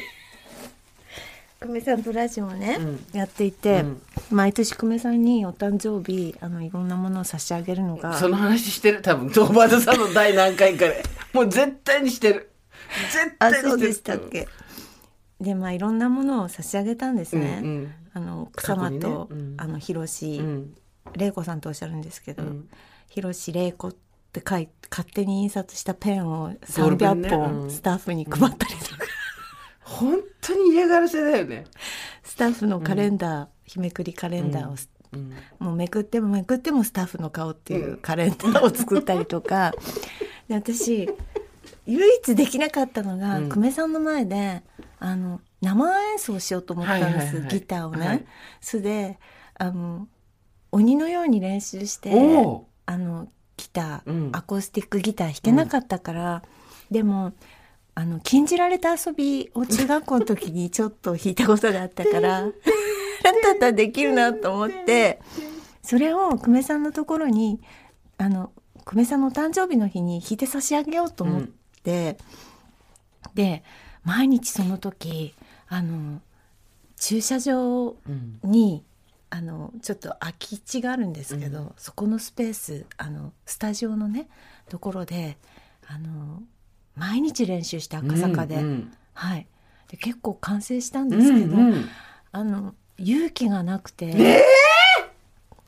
[SPEAKER 1] 久米さんとラジオをね、
[SPEAKER 2] うん
[SPEAKER 1] やっていて、
[SPEAKER 2] うん
[SPEAKER 1] 毎年久米さんにお誕生日あのいろんなものを差し上げるのが
[SPEAKER 2] その話してる多分トーバーズさんの第何回かでもう絶対にしてる絶
[SPEAKER 1] あ
[SPEAKER 2] 対にしてる
[SPEAKER 1] そうでしたっけでまあいろんなものを差し上げたんです
[SPEAKER 2] うんう
[SPEAKER 1] ね、
[SPEAKER 2] ん
[SPEAKER 1] あの草間
[SPEAKER 2] 過去
[SPEAKER 1] と、
[SPEAKER 2] にねうん
[SPEAKER 1] あの広志
[SPEAKER 2] うん
[SPEAKER 1] 玲子さんとおっしゃるんですけど
[SPEAKER 2] うん
[SPEAKER 1] 「広志玲子」って書いて勝手に印刷したペンを
[SPEAKER 2] ボールペンね
[SPEAKER 1] 300
[SPEAKER 2] う
[SPEAKER 1] 本
[SPEAKER 2] ん
[SPEAKER 1] スタッフに配ったりとか、
[SPEAKER 2] 本当に嫌がらせだよね、
[SPEAKER 1] スタッフのカレンダー、日めくりカレンダーを
[SPEAKER 2] うん
[SPEAKER 1] もうめくってもめくってもスタッフの顔っていうカレンダーを作ったりとか、で私唯一できなかったのが、
[SPEAKER 2] うん
[SPEAKER 1] 久米さんの前であの生演奏しようと思ったんです、
[SPEAKER 2] はいはいはい
[SPEAKER 1] ギターをね。
[SPEAKER 2] はい
[SPEAKER 1] それであの鬼のように練習して
[SPEAKER 2] おお
[SPEAKER 1] あのギター、
[SPEAKER 2] うん
[SPEAKER 1] アコースティックギター弾けなかったから、でもあの禁じられた遊びを中学校の時 にちょっと弾いたことがあったからラッタッタできるなと思ってそれを久米さんのところにあの久米さんのお誕生日の日に弾いて差し上げようと思って、で毎日その時あの駐車場
[SPEAKER 2] うん
[SPEAKER 1] にあのちょっと空き地があるんですけど、そこのスペースあのスタジオのねところであの毎日練習して赤坂で、
[SPEAKER 2] うんうん
[SPEAKER 1] はい、で結構完成したんですけど、
[SPEAKER 2] うんうん
[SPEAKER 1] あの勇気がなくて、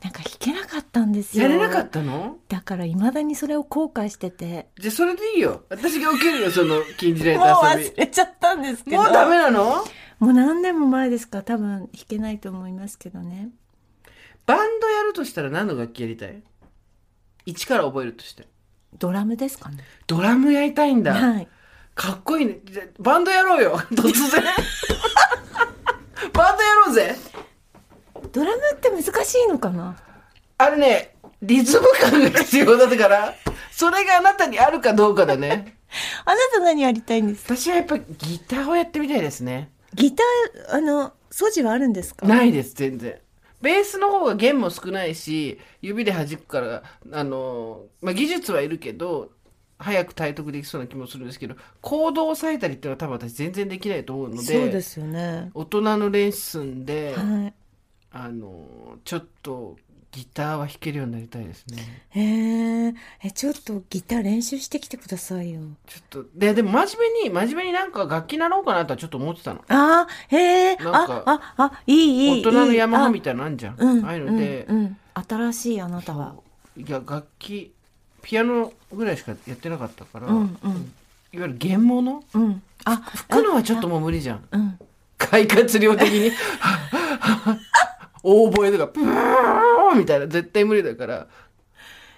[SPEAKER 1] なんか弾けなかったんですよ
[SPEAKER 2] やれなかったの
[SPEAKER 1] だからいまだにそれを後悔してて
[SPEAKER 2] じゃあそれでいいよ私が受けるよその禁じられ
[SPEAKER 1] もう
[SPEAKER 2] た遊
[SPEAKER 1] 忘
[SPEAKER 2] び
[SPEAKER 1] れちゃったんですけど
[SPEAKER 2] もうダメなの
[SPEAKER 1] もう何年も前ですから多分弾けないと思いますけどね
[SPEAKER 2] バンドやるとしたら何の楽器やりたい一から覚えるとして
[SPEAKER 1] ドラムですかね
[SPEAKER 2] ドラムやりたいんだ、
[SPEAKER 1] はい
[SPEAKER 2] かっこいいねじゃあバンドやろうよ 突然バンドやろうぜ
[SPEAKER 1] ドラムって難しいのかな
[SPEAKER 2] あれねリズム感が必要だからそれがあなたにあるかどうかだね
[SPEAKER 1] あなた何やりたいんですか
[SPEAKER 2] 私はやっぱりギターをやってみたいですね
[SPEAKER 1] ギターあの素地はあるんですか
[SPEAKER 2] ないです全然ベースの方が弦も少ないし指で弾くからあの、まあ、技術はいるけど早く体得できそうな気もするんですけどコードを抑えたりっていうのは多分私全然できないと思うので
[SPEAKER 1] そうですよね
[SPEAKER 2] 大人のレッスンで、
[SPEAKER 1] はい
[SPEAKER 2] あのちょっとギターは弾けるようになりたいですね
[SPEAKER 1] へええちょっとギター練習してきてくださいよ
[SPEAKER 2] ちょっとででも真面目に真面目になんか楽器なろうかなとはちょっと思ってたの
[SPEAKER 1] あーへえ
[SPEAKER 2] なんか
[SPEAKER 1] あああいいいい
[SPEAKER 2] 大人の
[SPEAKER 1] い
[SPEAKER 2] 山
[SPEAKER 1] いあ
[SPEAKER 2] マみたいなのあんじゃん
[SPEAKER 1] うん
[SPEAKER 2] ああいうので、
[SPEAKER 1] うんうん、新しいあなたはい
[SPEAKER 2] や楽器ピアノぐらいしかやってなかったから、
[SPEAKER 1] うんうん
[SPEAKER 2] いわゆる弦物
[SPEAKER 1] うんあ
[SPEAKER 2] 吹くのはちょっともう無理じゃん。
[SPEAKER 1] うん
[SPEAKER 2] 快活量的に。 大声とか、プーンみたいな、絶対無理だから。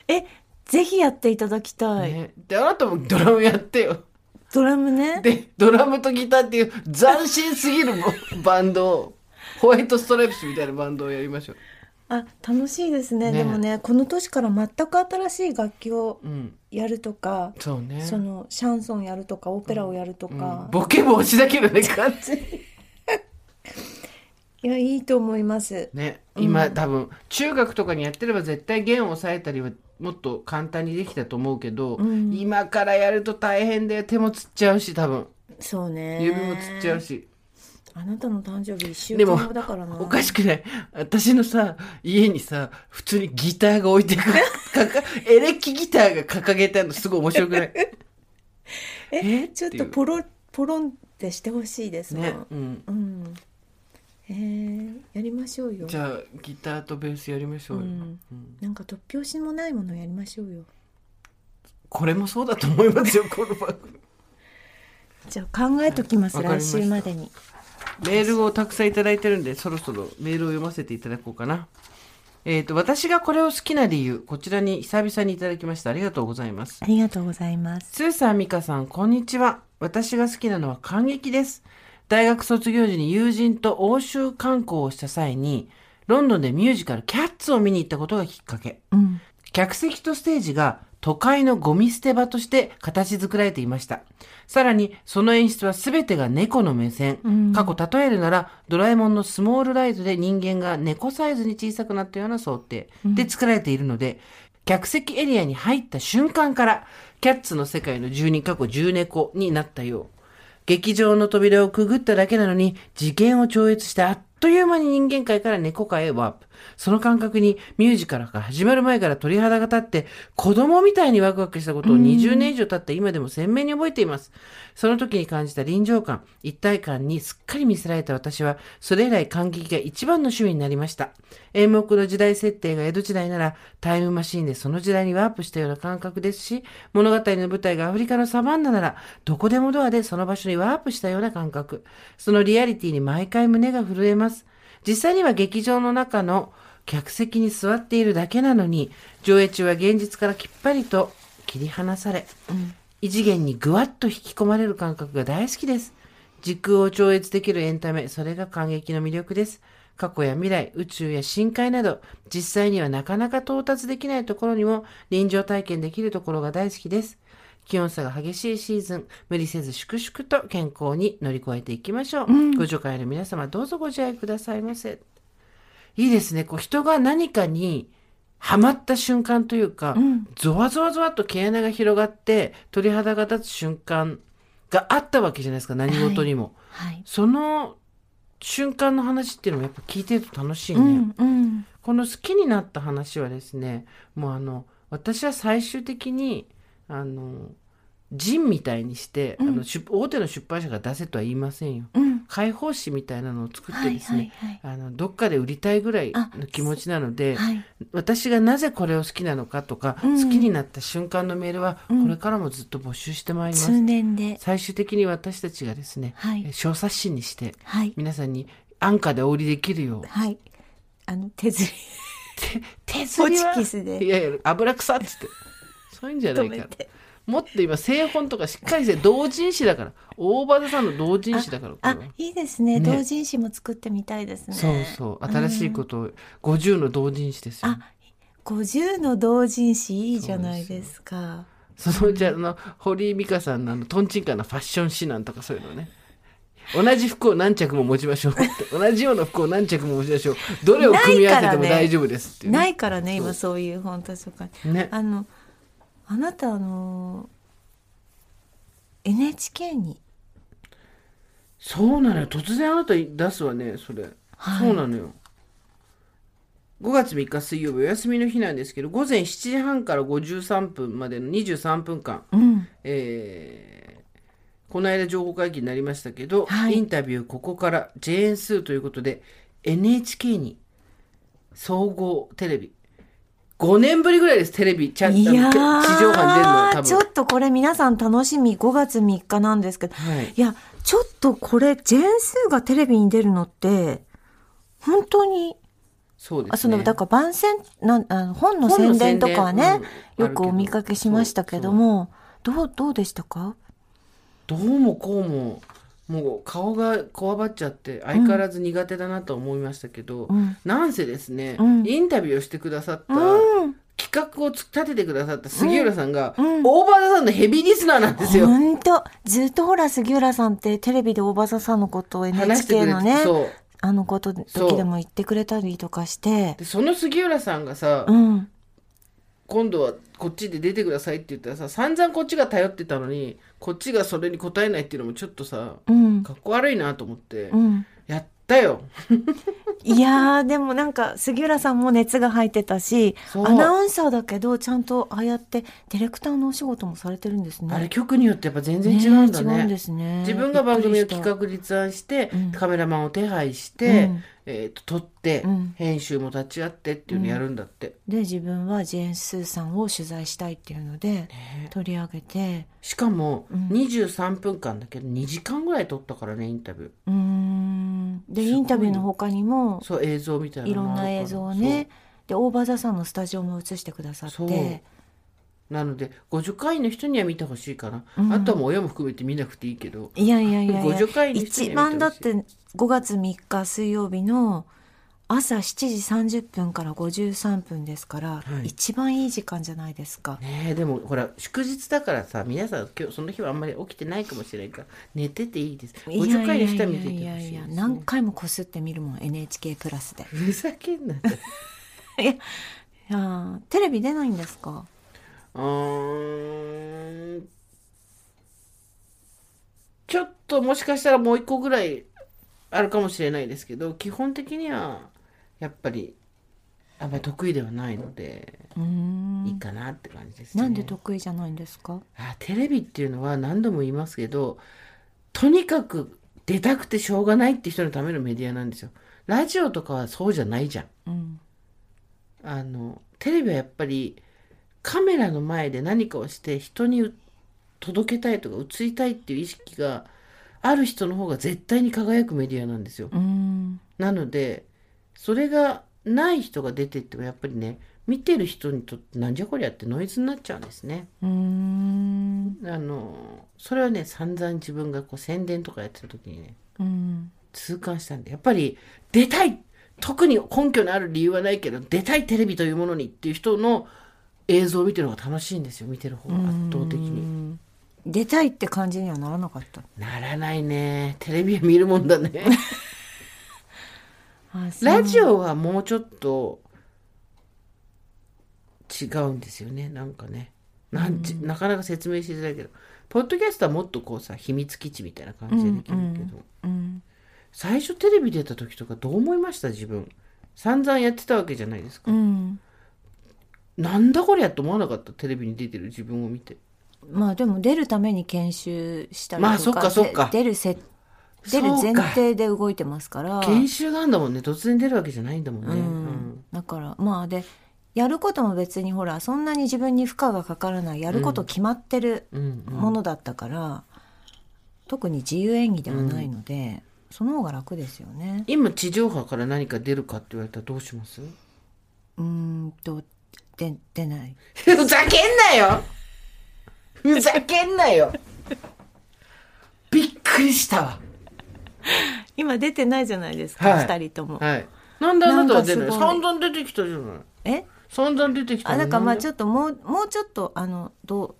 [SPEAKER 1] えぜひやっていただきたい、
[SPEAKER 2] ね、で、あなたもドラムやってよ。
[SPEAKER 1] ドラムね
[SPEAKER 2] で、ドラムとギターっていう斬新すぎるもバンドを、ホワイトストライプスみたいなバンドをやりましょう。
[SPEAKER 1] あ楽しいですね
[SPEAKER 2] ね
[SPEAKER 1] でもねこの年から全く新しい楽器を
[SPEAKER 2] うん。
[SPEAKER 1] やるとか、
[SPEAKER 2] そうね。
[SPEAKER 1] そのシャンソンやるとかオペラをやると
[SPEAKER 2] うん
[SPEAKER 1] か、
[SPEAKER 2] ボケ防止だけどね、完全に。
[SPEAKER 1] いやいいと思います
[SPEAKER 2] ね、今、多分、中学とかにやってれば絶対弦を押さえたりはもっと簡単にできたと思うけど、
[SPEAKER 1] ん
[SPEAKER 2] 今からやると大変で手もつっちゃうし、多分。
[SPEAKER 1] そうね
[SPEAKER 2] 指もつっちゃうし、
[SPEAKER 1] あなたの誕生日一週
[SPEAKER 2] でも
[SPEAKER 1] 間後だからな
[SPEAKER 2] おかしくない私のさ家にさ普通にギターが置いてくかかエレキギターが掲げてあるのすごい面白く ない
[SPEAKER 1] えちょって
[SPEAKER 2] い
[SPEAKER 1] と
[SPEAKER 2] う
[SPEAKER 1] ポロポロンってしてほしいです
[SPEAKER 2] ね
[SPEAKER 1] ね、
[SPEAKER 2] うん、
[SPEAKER 1] うんえー、やりましょうよ
[SPEAKER 2] じゃあギターとベースやりましょう
[SPEAKER 1] う
[SPEAKER 2] よ、
[SPEAKER 1] ん
[SPEAKER 2] うん
[SPEAKER 1] なんか突拍子もないものやりましょうよ
[SPEAKER 2] これもそうだと思いますよこの番組
[SPEAKER 1] じゃあ考えときます、
[SPEAKER 2] はいわかり
[SPEAKER 1] 来
[SPEAKER 2] ました
[SPEAKER 1] 週までに
[SPEAKER 2] メールをたくさんいただいてるんでそろそろメールを読ませていただこうかなえー、と私がこれを好きな理由こちらに久々にいただきましたありがとうございます
[SPEAKER 1] ありがとうございます
[SPEAKER 2] スーさん、ミカさん、こんにちは。私が好きなのは感激です。大学卒業時に友人と欧州観光をした際に、ロンドンでミュージカルキャッツを見に行ったことがきっかけ。
[SPEAKER 1] うん
[SPEAKER 2] 客席とステージが都会のゴミ捨て場として形作られていました。さらに、その演出は全てが猫の目線。
[SPEAKER 1] うん
[SPEAKER 2] 過去例えるなら、ドラえもんのスモールライトで人間が猫サイズに小さくなったような想定で作られているので、客席エリアに入った瞬間から、キャッツの世界の住人過去10猫になったよう。劇場の扉をくぐっただけなのに、次元を超越してあっという間に人間界から猫界へワープ。その感覚にミュージカルが始まる前から鳥肌が立って、子供みたいにワクワクしたことを20年以上経った今でも鮮明に覚えています。その時に感じた臨場感、一体感にすっかり見せられた私は、それ以来感激が一番の趣味になりました。演目の時代設定が江戸時代なら、タイムマシンでその時代にワープしたような感覚ですし、物語の舞台がアフリカのサバンナなら、どこでもドアでその場所にワープしたような感覚。そのリアリティに毎回胸が震えます。実際には劇場の中の客席に座っているだけなのに、上映中は現実からきっぱりと切り離され、異次元にぐわっと引き込まれる感覚が大好きです。時空を超越できるエンタメ、それが感激の魅力です。過去や未来、宇宙や深海など、実際にはなかなか到達できないところにも臨場体験できるところが大好きです。気温差が激しいシーズン、無理せず粛々と健康に乗り越えていきましょう。ご助会の皆様、どうぞご自愛くださいませ。いいですね。こう人が何かにハマった瞬間というか、ゾワゾワゾワっと毛穴が広がって鳥肌が立つ瞬間があったわけじゃないですか、何事にも。
[SPEAKER 1] はい
[SPEAKER 2] その瞬間の話っていうのもやっぱ聞いてると楽しいね、
[SPEAKER 1] うんうん
[SPEAKER 2] この好きになった話はですねもうあの私は最終的にあのジンみたいにして、
[SPEAKER 1] うん
[SPEAKER 2] あの出大手の出版社が出せとは言いませんよ
[SPEAKER 1] うん
[SPEAKER 2] 開放誌みたいなのを作っ
[SPEAKER 1] は
[SPEAKER 2] て
[SPEAKER 1] い
[SPEAKER 2] です
[SPEAKER 1] はい
[SPEAKER 2] ね、
[SPEAKER 1] はい
[SPEAKER 2] あのどっかで売りたいぐらい
[SPEAKER 1] あ
[SPEAKER 2] の気持ちなので
[SPEAKER 1] はい
[SPEAKER 2] 私がなぜこれを好きなのかとか、
[SPEAKER 1] うん
[SPEAKER 2] 好きになった瞬間のメールは
[SPEAKER 1] うん
[SPEAKER 2] これからもずっと募集してまいります、
[SPEAKER 1] 通年で
[SPEAKER 2] 最終的に私たちがですね、
[SPEAKER 1] はい
[SPEAKER 2] 小冊子にして
[SPEAKER 1] はい
[SPEAKER 2] 皆さんに安価でお売りできるよう
[SPEAKER 1] はいあの手釣り
[SPEAKER 2] 手す
[SPEAKER 1] ホ
[SPEAKER 2] り
[SPEAKER 1] チ
[SPEAKER 2] は
[SPEAKER 1] キスで
[SPEAKER 2] いやいや油臭っつってそういうんじゃな
[SPEAKER 1] 止
[SPEAKER 2] いか
[SPEAKER 1] め
[SPEAKER 2] ら
[SPEAKER 1] て
[SPEAKER 2] もっと今製本とかしっかりして同人誌だから大場さんの同人誌だからこれ
[SPEAKER 1] あ
[SPEAKER 2] は
[SPEAKER 1] あいいですね
[SPEAKER 2] ね
[SPEAKER 1] 同人誌も作ってみたいですね
[SPEAKER 2] そうそう新しいことを50の同人誌ですよ、
[SPEAKER 1] あ50の同人誌いいじゃないですか
[SPEAKER 2] そのうちあの堀井美香さんのあのトンチンカンのファッション指南とかそういうのね同じ服を何着も持ちましょうって同じような服を何着も持ちましょうどれを組み合わせても大丈夫ですっていうね
[SPEAKER 1] ないからね
[SPEAKER 2] そう
[SPEAKER 1] 今そういう本図書館
[SPEAKER 2] ね
[SPEAKER 1] あのあなたあの NHK に
[SPEAKER 2] そうなのよ突然あなた出すわねそれ、
[SPEAKER 1] はい
[SPEAKER 2] そうなのよ5月3日水曜日お休みの日なんですけど午前7時半から53分までの23分間、
[SPEAKER 1] うん
[SPEAKER 2] えーこの間情報会議になりましたけど、
[SPEAKER 1] はい
[SPEAKER 2] インタビューここから「j n 数ということで NHK に総合テレビ5年ぶりぐらいですテレビちゃん
[SPEAKER 1] いや
[SPEAKER 2] あの
[SPEAKER 1] ー
[SPEAKER 2] 地上波に出るのは多分
[SPEAKER 1] ちょっとこれ皆さん楽しみ5月3日なんですけど、
[SPEAKER 2] はい
[SPEAKER 1] いやちょっとこれジェーン・スーがテレビに出るのって本当に
[SPEAKER 2] そうですね
[SPEAKER 1] あそのだから番宣なんあの本の宣伝とかはね
[SPEAKER 2] 本の宣伝、うん
[SPEAKER 1] よくお見かけしましたけどもどうどうでしたか
[SPEAKER 2] どうもこうももう顔がこわばっちゃって相変わらず苦手だなと思いましたけど、
[SPEAKER 1] うん
[SPEAKER 2] なんせですね、
[SPEAKER 1] うん
[SPEAKER 2] インタビューをしてくださった、
[SPEAKER 1] うん
[SPEAKER 2] 企画をつ立ててくださった杉浦さんが、
[SPEAKER 1] うんうん
[SPEAKER 2] 大場さんのヘビーリスナーなんですよ。
[SPEAKER 1] 本当ずっとほら杉浦さんってテレビで大場さんのことを
[SPEAKER 2] 話してく
[SPEAKER 1] NHK
[SPEAKER 2] れて
[SPEAKER 1] のね
[SPEAKER 2] そう
[SPEAKER 1] あのこと時でも言ってくれたりとかして
[SPEAKER 2] でその杉浦さんがさ、
[SPEAKER 1] うん
[SPEAKER 2] 今度はこっちで出てくださいって言ったらさ散々こっちが頼ってたのにこっちがそれに応えないっていうのもちょっとさ
[SPEAKER 1] うん
[SPEAKER 2] かっこ悪いなと思って、
[SPEAKER 1] うん
[SPEAKER 2] やったよ。
[SPEAKER 1] いやーでもなんか杉浦さんも熱が入ってたし
[SPEAKER 2] そう
[SPEAKER 1] アナウンサーだけどちゃんとああやってディレクターのお仕事もされてるんですね。
[SPEAKER 2] あれ曲によってやっぱ全然違うんだ
[SPEAKER 1] え
[SPEAKER 2] ね。
[SPEAKER 1] 違うんですね
[SPEAKER 2] 自分が番組を企
[SPEAKER 1] びっくりし
[SPEAKER 2] 画立案して、
[SPEAKER 1] うん
[SPEAKER 2] カメラマンを手配して、
[SPEAKER 1] うん
[SPEAKER 2] えー、と撮って、
[SPEAKER 1] うん
[SPEAKER 2] 編集も立ち会ってっていうのやるんだって、
[SPEAKER 1] たで自分はジェーン・スーさんを取材したいっていうので取り上げて
[SPEAKER 2] しかも
[SPEAKER 1] うん
[SPEAKER 2] 23分間だけど2時間ぐらい撮ったからねインタビュー
[SPEAKER 1] うーんです
[SPEAKER 2] ごいよ
[SPEAKER 1] インタビューの他にも
[SPEAKER 2] そう映像みたいない
[SPEAKER 1] ろんな映像をねで大場座さんのスタジオも映してくださっ
[SPEAKER 2] そう
[SPEAKER 1] て
[SPEAKER 2] なので50回の人には見てほしいかな、
[SPEAKER 1] うん
[SPEAKER 2] あとはもう親も含めて見なくていいけど
[SPEAKER 1] いやいやいやいや
[SPEAKER 2] 50回にして
[SPEAKER 1] 一
[SPEAKER 2] みてほしい
[SPEAKER 1] 番だって5月3日水曜日の朝7時30分から53分ですから、
[SPEAKER 2] はい
[SPEAKER 1] 一番いい時間じゃないですか。
[SPEAKER 2] ねえでもほら祝日だからさ皆さん今日その日はあんまり起きてないかもしれないから寝てていいです
[SPEAKER 1] いや
[SPEAKER 2] 50回の人は見て
[SPEAKER 1] い
[SPEAKER 2] て
[SPEAKER 1] や
[SPEAKER 2] ほ
[SPEAKER 1] い
[SPEAKER 2] し
[SPEAKER 1] やい
[SPEAKER 2] いで
[SPEAKER 1] や
[SPEAKER 2] す、ね、
[SPEAKER 1] 何回もこすってみるもん NHK プラスで。
[SPEAKER 2] ふざけんなって
[SPEAKER 1] いやーテレビ出ないんですか
[SPEAKER 2] うーんちょっともしかしたらもう一個ぐらいあるかもしれないですけど基本的にはやっぱりあんまり得意ではないので
[SPEAKER 1] うーん
[SPEAKER 2] いいかなって感じですね。
[SPEAKER 1] なんで得意じゃないんですか
[SPEAKER 2] あテレビっていうのは何度も言いますけどとにかく出たくてしょうがないって人のためのメディアなんですよ。ラジオとかはそうじゃないじゃん。
[SPEAKER 1] うん
[SPEAKER 2] あのテレビはやっぱりカメラの前で何かをして人に届けたいとか映りたいっていう意識がある人の方が絶対に輝くメディアなんですよ。
[SPEAKER 1] うーん
[SPEAKER 2] なのでそれがない人が出てってもやっぱりね見てる人にとってなんじゃこりゃってノイズになっちゃうんですね。
[SPEAKER 1] うーん
[SPEAKER 2] あのそれはね散々自分がこう宣伝とかやってた時にね
[SPEAKER 1] うん
[SPEAKER 2] 痛感したんでやっぱり出たい特に根拠のある理由はないけど出たいテレビというものにっていう人の映像を見てるのが楽しいんですよ見てる方が圧倒
[SPEAKER 1] う
[SPEAKER 2] 的
[SPEAKER 1] ー
[SPEAKER 2] に
[SPEAKER 1] ん出たいって感じにはならなかった
[SPEAKER 2] ならないねテレビは見るもんだね
[SPEAKER 1] あそう
[SPEAKER 2] ラジオはもうちょっと違うんですよねなんかねなんちなかなか説明しづらいけどポッドキャストはもっとこうさ秘密基地みたいな感じでできるけど、
[SPEAKER 1] うん
[SPEAKER 2] 最初テレビ出た時とかどう思いました自分散々やってたわけじゃないですか、
[SPEAKER 1] うん
[SPEAKER 2] なんだこりゃと思わなかったテレビに出てる自分を見て
[SPEAKER 1] まあでも出るために研修したりとか,
[SPEAKER 2] ま
[SPEAKER 1] で、
[SPEAKER 2] あそっかそっか
[SPEAKER 1] 出るせ出る
[SPEAKER 2] そう
[SPEAKER 1] 前
[SPEAKER 2] か
[SPEAKER 1] 提で動いてますから
[SPEAKER 2] 研修なんだもんね突然出るわけじゃないんだもんね、
[SPEAKER 1] うん
[SPEAKER 2] うん
[SPEAKER 1] だからまあでやることも別にほらそんなに自分に負荷がかからないやること決まってる
[SPEAKER 2] うんうん
[SPEAKER 1] ものだったから、特に自由演技ではないので、その方が楽ですよね。
[SPEAKER 2] 今地上波から何か出るかって言われたらどうしま す
[SPEAKER 1] うーんとで出ない
[SPEAKER 2] ふざけんなよふざけんなよびっくりしたわ
[SPEAKER 1] 今出てないじゃないです
[SPEAKER 2] か
[SPEAKER 1] か、
[SPEAKER 2] はい
[SPEAKER 1] 二
[SPEAKER 2] 二
[SPEAKER 1] 人とも。
[SPEAKER 2] はいなんであなたは出ない
[SPEAKER 1] なんかすごい
[SPEAKER 2] 散々出てきたじゃない
[SPEAKER 1] え
[SPEAKER 2] 散々出てきた
[SPEAKER 1] あだからまあち
[SPEAKER 2] ょっ
[SPEAKER 1] ょっともうもうちょっとあのど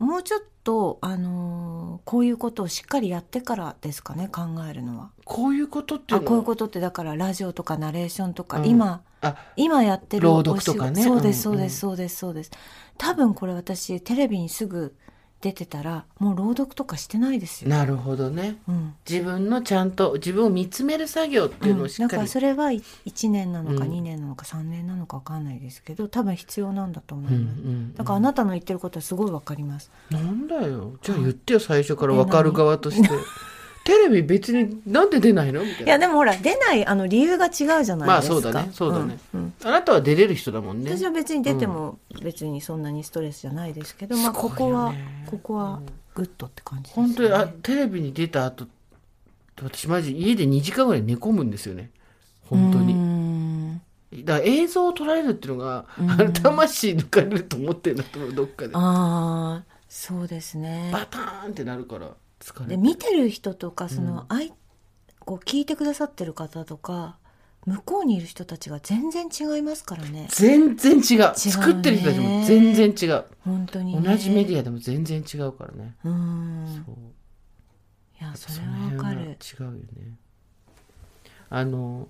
[SPEAKER 1] うもうちょっとあのーこういうことをしっかりやってからですかね考えるのは。
[SPEAKER 2] とこういうことってい
[SPEAKER 1] あ
[SPEAKER 2] うのは
[SPEAKER 1] こういうことってだからラジオとかナレーションとか、
[SPEAKER 2] うん
[SPEAKER 1] 今
[SPEAKER 2] あ
[SPEAKER 1] 今やってる
[SPEAKER 2] 朗読とかね
[SPEAKER 1] お仕事そうです
[SPEAKER 2] う
[SPEAKER 1] そ
[SPEAKER 2] ん
[SPEAKER 1] う
[SPEAKER 2] う
[SPEAKER 1] んですそうですそうです、多分これ私テレビにすぐ出てたらもう朗読とかしてないですよ、
[SPEAKER 2] なるほどね
[SPEAKER 1] うん
[SPEAKER 2] 自分のちゃんと自分を見つめる作業っていうのをし
[SPEAKER 1] うん
[SPEAKER 2] っ
[SPEAKER 1] だか
[SPEAKER 2] かり、
[SPEAKER 1] らそれは1年なのか
[SPEAKER 2] うん
[SPEAKER 1] 2年なのか3年なのか分かんないですけど多分必要なんだと思い
[SPEAKER 2] うんう
[SPEAKER 1] ます、
[SPEAKER 2] ん
[SPEAKER 1] だからあなたの言ってることはすごい分かります
[SPEAKER 2] なんだよじゃあ言ってよ最初から分かる側としてテレビ別になんで出ないのみたい
[SPEAKER 1] い
[SPEAKER 2] な
[SPEAKER 1] やでもほら出ないあの理由が違うじゃないですか
[SPEAKER 2] まあそうだねそうだね
[SPEAKER 1] うんうん
[SPEAKER 2] あなたは出れる人だもんね
[SPEAKER 1] 私は別に出ても別にそんなにストレスじゃないですけど、まあ
[SPEAKER 2] すご
[SPEAKER 1] こ
[SPEAKER 2] いよね
[SPEAKER 1] こは、
[SPEAKER 2] う
[SPEAKER 1] こ
[SPEAKER 2] ん
[SPEAKER 1] こはグッドって感じです、ね、
[SPEAKER 2] 本当にあテレビに出た後私マジ家で2時間ぐらい寝込むんですよね本当に
[SPEAKER 1] に
[SPEAKER 2] だから映像を捉えるっていうのが、
[SPEAKER 1] うん
[SPEAKER 2] あの魂抜かれると思ってるんだと思うどっかで
[SPEAKER 1] ああそうですね
[SPEAKER 2] バターンってなるから疲れ
[SPEAKER 1] で
[SPEAKER 2] る
[SPEAKER 1] 見てる人とかその、あいこう聞いてくださってる方とか向こうにいる人たちが全然違いますからね
[SPEAKER 2] 全然違う作ってる人たちも全然違う
[SPEAKER 1] 本当にね、
[SPEAKER 2] 同じメデ
[SPEAKER 1] ィ
[SPEAKER 2] ィアでも全然違うからね
[SPEAKER 1] アうん
[SPEAKER 2] そう
[SPEAKER 1] いやそ
[SPEAKER 2] そ
[SPEAKER 1] れ
[SPEAKER 2] の
[SPEAKER 1] は
[SPEAKER 2] 辺
[SPEAKER 1] わ
[SPEAKER 2] は
[SPEAKER 1] か
[SPEAKER 2] 違
[SPEAKER 1] る
[SPEAKER 2] うよねあの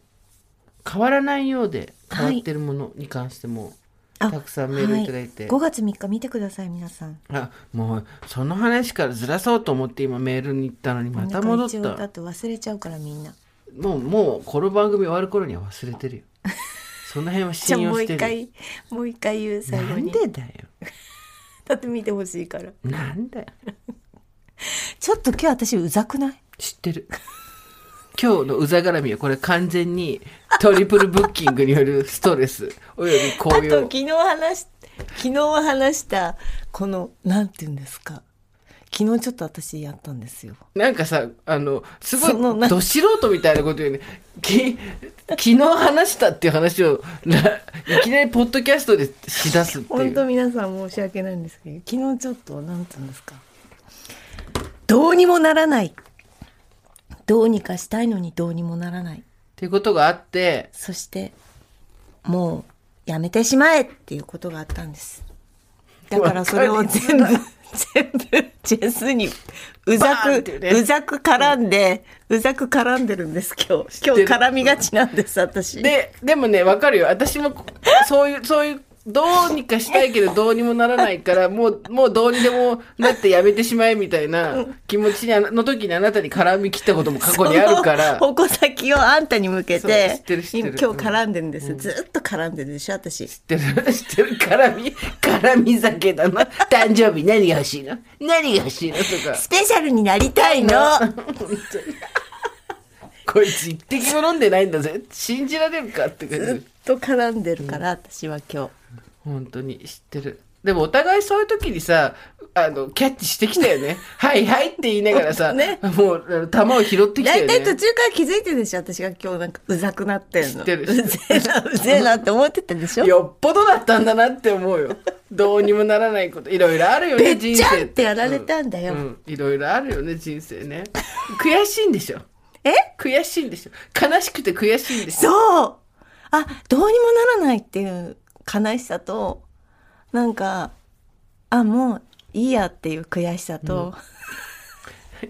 [SPEAKER 2] 変わらないようで変わってるものに関しても、
[SPEAKER 1] あ
[SPEAKER 2] たくさんメールいただいて、
[SPEAKER 1] 5月3日見てください皆さん
[SPEAKER 2] あもうその話からずらそうと思って今メールに行ったのにまた戻
[SPEAKER 1] な
[SPEAKER 2] っ
[SPEAKER 1] んか一応だ
[SPEAKER 2] た
[SPEAKER 1] って忘れちゃうからみんな
[SPEAKER 2] もうもうこの番組終わる頃には忘れてるよその辺は
[SPEAKER 1] じゃあ
[SPEAKER 2] 信
[SPEAKER 1] も
[SPEAKER 2] 用
[SPEAKER 1] う
[SPEAKER 2] して
[SPEAKER 1] 一
[SPEAKER 2] る
[SPEAKER 1] 回もう一回言う最
[SPEAKER 2] な
[SPEAKER 1] 後
[SPEAKER 2] ん
[SPEAKER 1] に
[SPEAKER 2] でだよ
[SPEAKER 1] だって見てほしいから
[SPEAKER 2] なんだよ
[SPEAKER 1] ちょっと今日私うざくない
[SPEAKER 2] 知ってる今日のうざがらみはこれ完全にトリプルブッキングによるストレスおよび
[SPEAKER 1] あと
[SPEAKER 2] 紅葉
[SPEAKER 1] 昨日話し昨日話したこのなんて言うんですか昨日ちょっと私やったんですよ
[SPEAKER 2] なんかさ、あの、すご、
[SPEAKER 1] そのない
[SPEAKER 2] ど素人みたいなこと言うね。き、昨日話したっていう話を、らいきなりポッドキャストでしだすってい
[SPEAKER 1] 本当
[SPEAKER 2] う。
[SPEAKER 1] 皆さん申し訳ないんですけど昨日ちょっとなんて言うんですかどうにもならないどうにかしたいのにどうにもならない
[SPEAKER 2] っていうことがあって、
[SPEAKER 1] そしてもうやめてしまえっていうことがあったんですだからそれを全部
[SPEAKER 2] わかり
[SPEAKER 1] 全部ジェスにうざ
[SPEAKER 2] バーンっ
[SPEAKER 1] く、
[SPEAKER 2] てね
[SPEAKER 1] うざく絡んでうざく絡んでるんです今日今
[SPEAKER 2] て
[SPEAKER 1] 日
[SPEAKER 2] る
[SPEAKER 1] 絡みがちなんです私
[SPEAKER 2] で、でもね、わかるよ。私も、そういう、そういう、どうにかしたいけどどうにもならないから、もう、もうどうにでもなってやめてしまえみたいな気持ちにあのの時にあなたに絡み切ったことも過去にあるから
[SPEAKER 1] そ、の矛先をあんたに向け
[SPEAKER 2] そう知
[SPEAKER 1] て
[SPEAKER 2] ってる知ってる
[SPEAKER 1] 今日絡んでるんです、ずっと絡んでるでしょ私
[SPEAKER 2] 知ってる知ってる絡み、絡み酒だな。誕生日何が欲しいの何が欲しいのとか。
[SPEAKER 1] スペシャルになりたいの
[SPEAKER 2] こいつ一滴も飲んでないんだぜ信じられるかって感
[SPEAKER 1] ず
[SPEAKER 2] じ
[SPEAKER 1] っと絡んでるから、私は今日
[SPEAKER 2] 本当に知ってるでもお互いそういう時にさあのキャッチしてきたよね 「はいはい」って言いながらさ、
[SPEAKER 1] ね
[SPEAKER 2] もうあの球を拾ってきた
[SPEAKER 1] 大
[SPEAKER 2] よ
[SPEAKER 1] 体途
[SPEAKER 2] ね
[SPEAKER 1] 中から気づいてるでしょ私が今日なんかうざくなってんの
[SPEAKER 2] 知ってる
[SPEAKER 1] うぜえなうぜえなって思ってたでしょ
[SPEAKER 2] よっぽどだったんだなって思うよどうにもならないこといろいろあるよ
[SPEAKER 1] べ
[SPEAKER 2] ね
[SPEAKER 1] っ
[SPEAKER 2] 人
[SPEAKER 1] ちゃん
[SPEAKER 2] 生
[SPEAKER 1] ってやられたんだよ、
[SPEAKER 2] うんいろいろあるよね人生ね悔しいんでしょ
[SPEAKER 1] え
[SPEAKER 2] 悔しいんでしょ悲しくて悔しいんでしょ
[SPEAKER 1] そうあどうにもならないっていう悲しさとなんかあもういいやっていう悔しさと、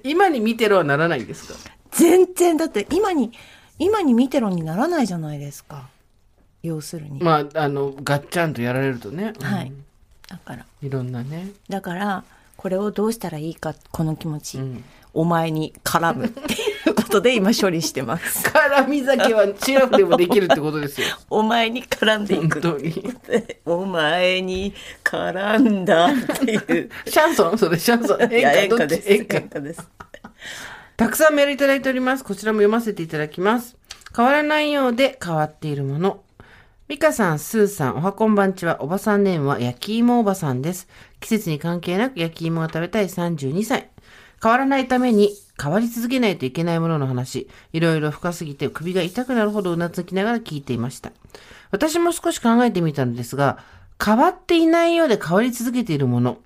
[SPEAKER 2] 今に見てろはならないんですか
[SPEAKER 1] 全然だって今に今に見てろにならないじゃないですか要するに、
[SPEAKER 2] まああのガッチャンとやられるとね、うん
[SPEAKER 1] はいだから
[SPEAKER 2] いろんなね
[SPEAKER 1] だからこれをどうしたらいいかこの気持ち、
[SPEAKER 2] うん
[SPEAKER 1] お前に絡むっていういうことで今処理してます。
[SPEAKER 2] 絡み酒はシラフでもできるってこと ですよ。
[SPEAKER 1] お前に絡んでい
[SPEAKER 2] 本
[SPEAKER 1] く。
[SPEAKER 2] 当に。
[SPEAKER 1] お前に絡んだっていう。
[SPEAKER 2] シャンソンそれシャンソン。
[SPEAKER 1] いや
[SPEAKER 2] 演
[SPEAKER 1] 演
[SPEAKER 2] 歌
[SPEAKER 1] 歌
[SPEAKER 2] どっち
[SPEAKER 1] です。
[SPEAKER 2] 演歌
[SPEAKER 1] 演歌です。
[SPEAKER 2] たくさんメールいただいております。こちらも読ませていただきます。変わらないようで変わっているもの。ミカさん、スーさん、おはこんばんちは、おばさんネームは焼き芋おばさんです。季節に関係なく焼き芋が食べたい32歳。変わらないために変わり続けないといけないものの話。いろいろ深すぎて首が痛くなるほどうなずきながら聞いていました。私も少し考えてみたのですが、変わっていないようで変わり続けているもの。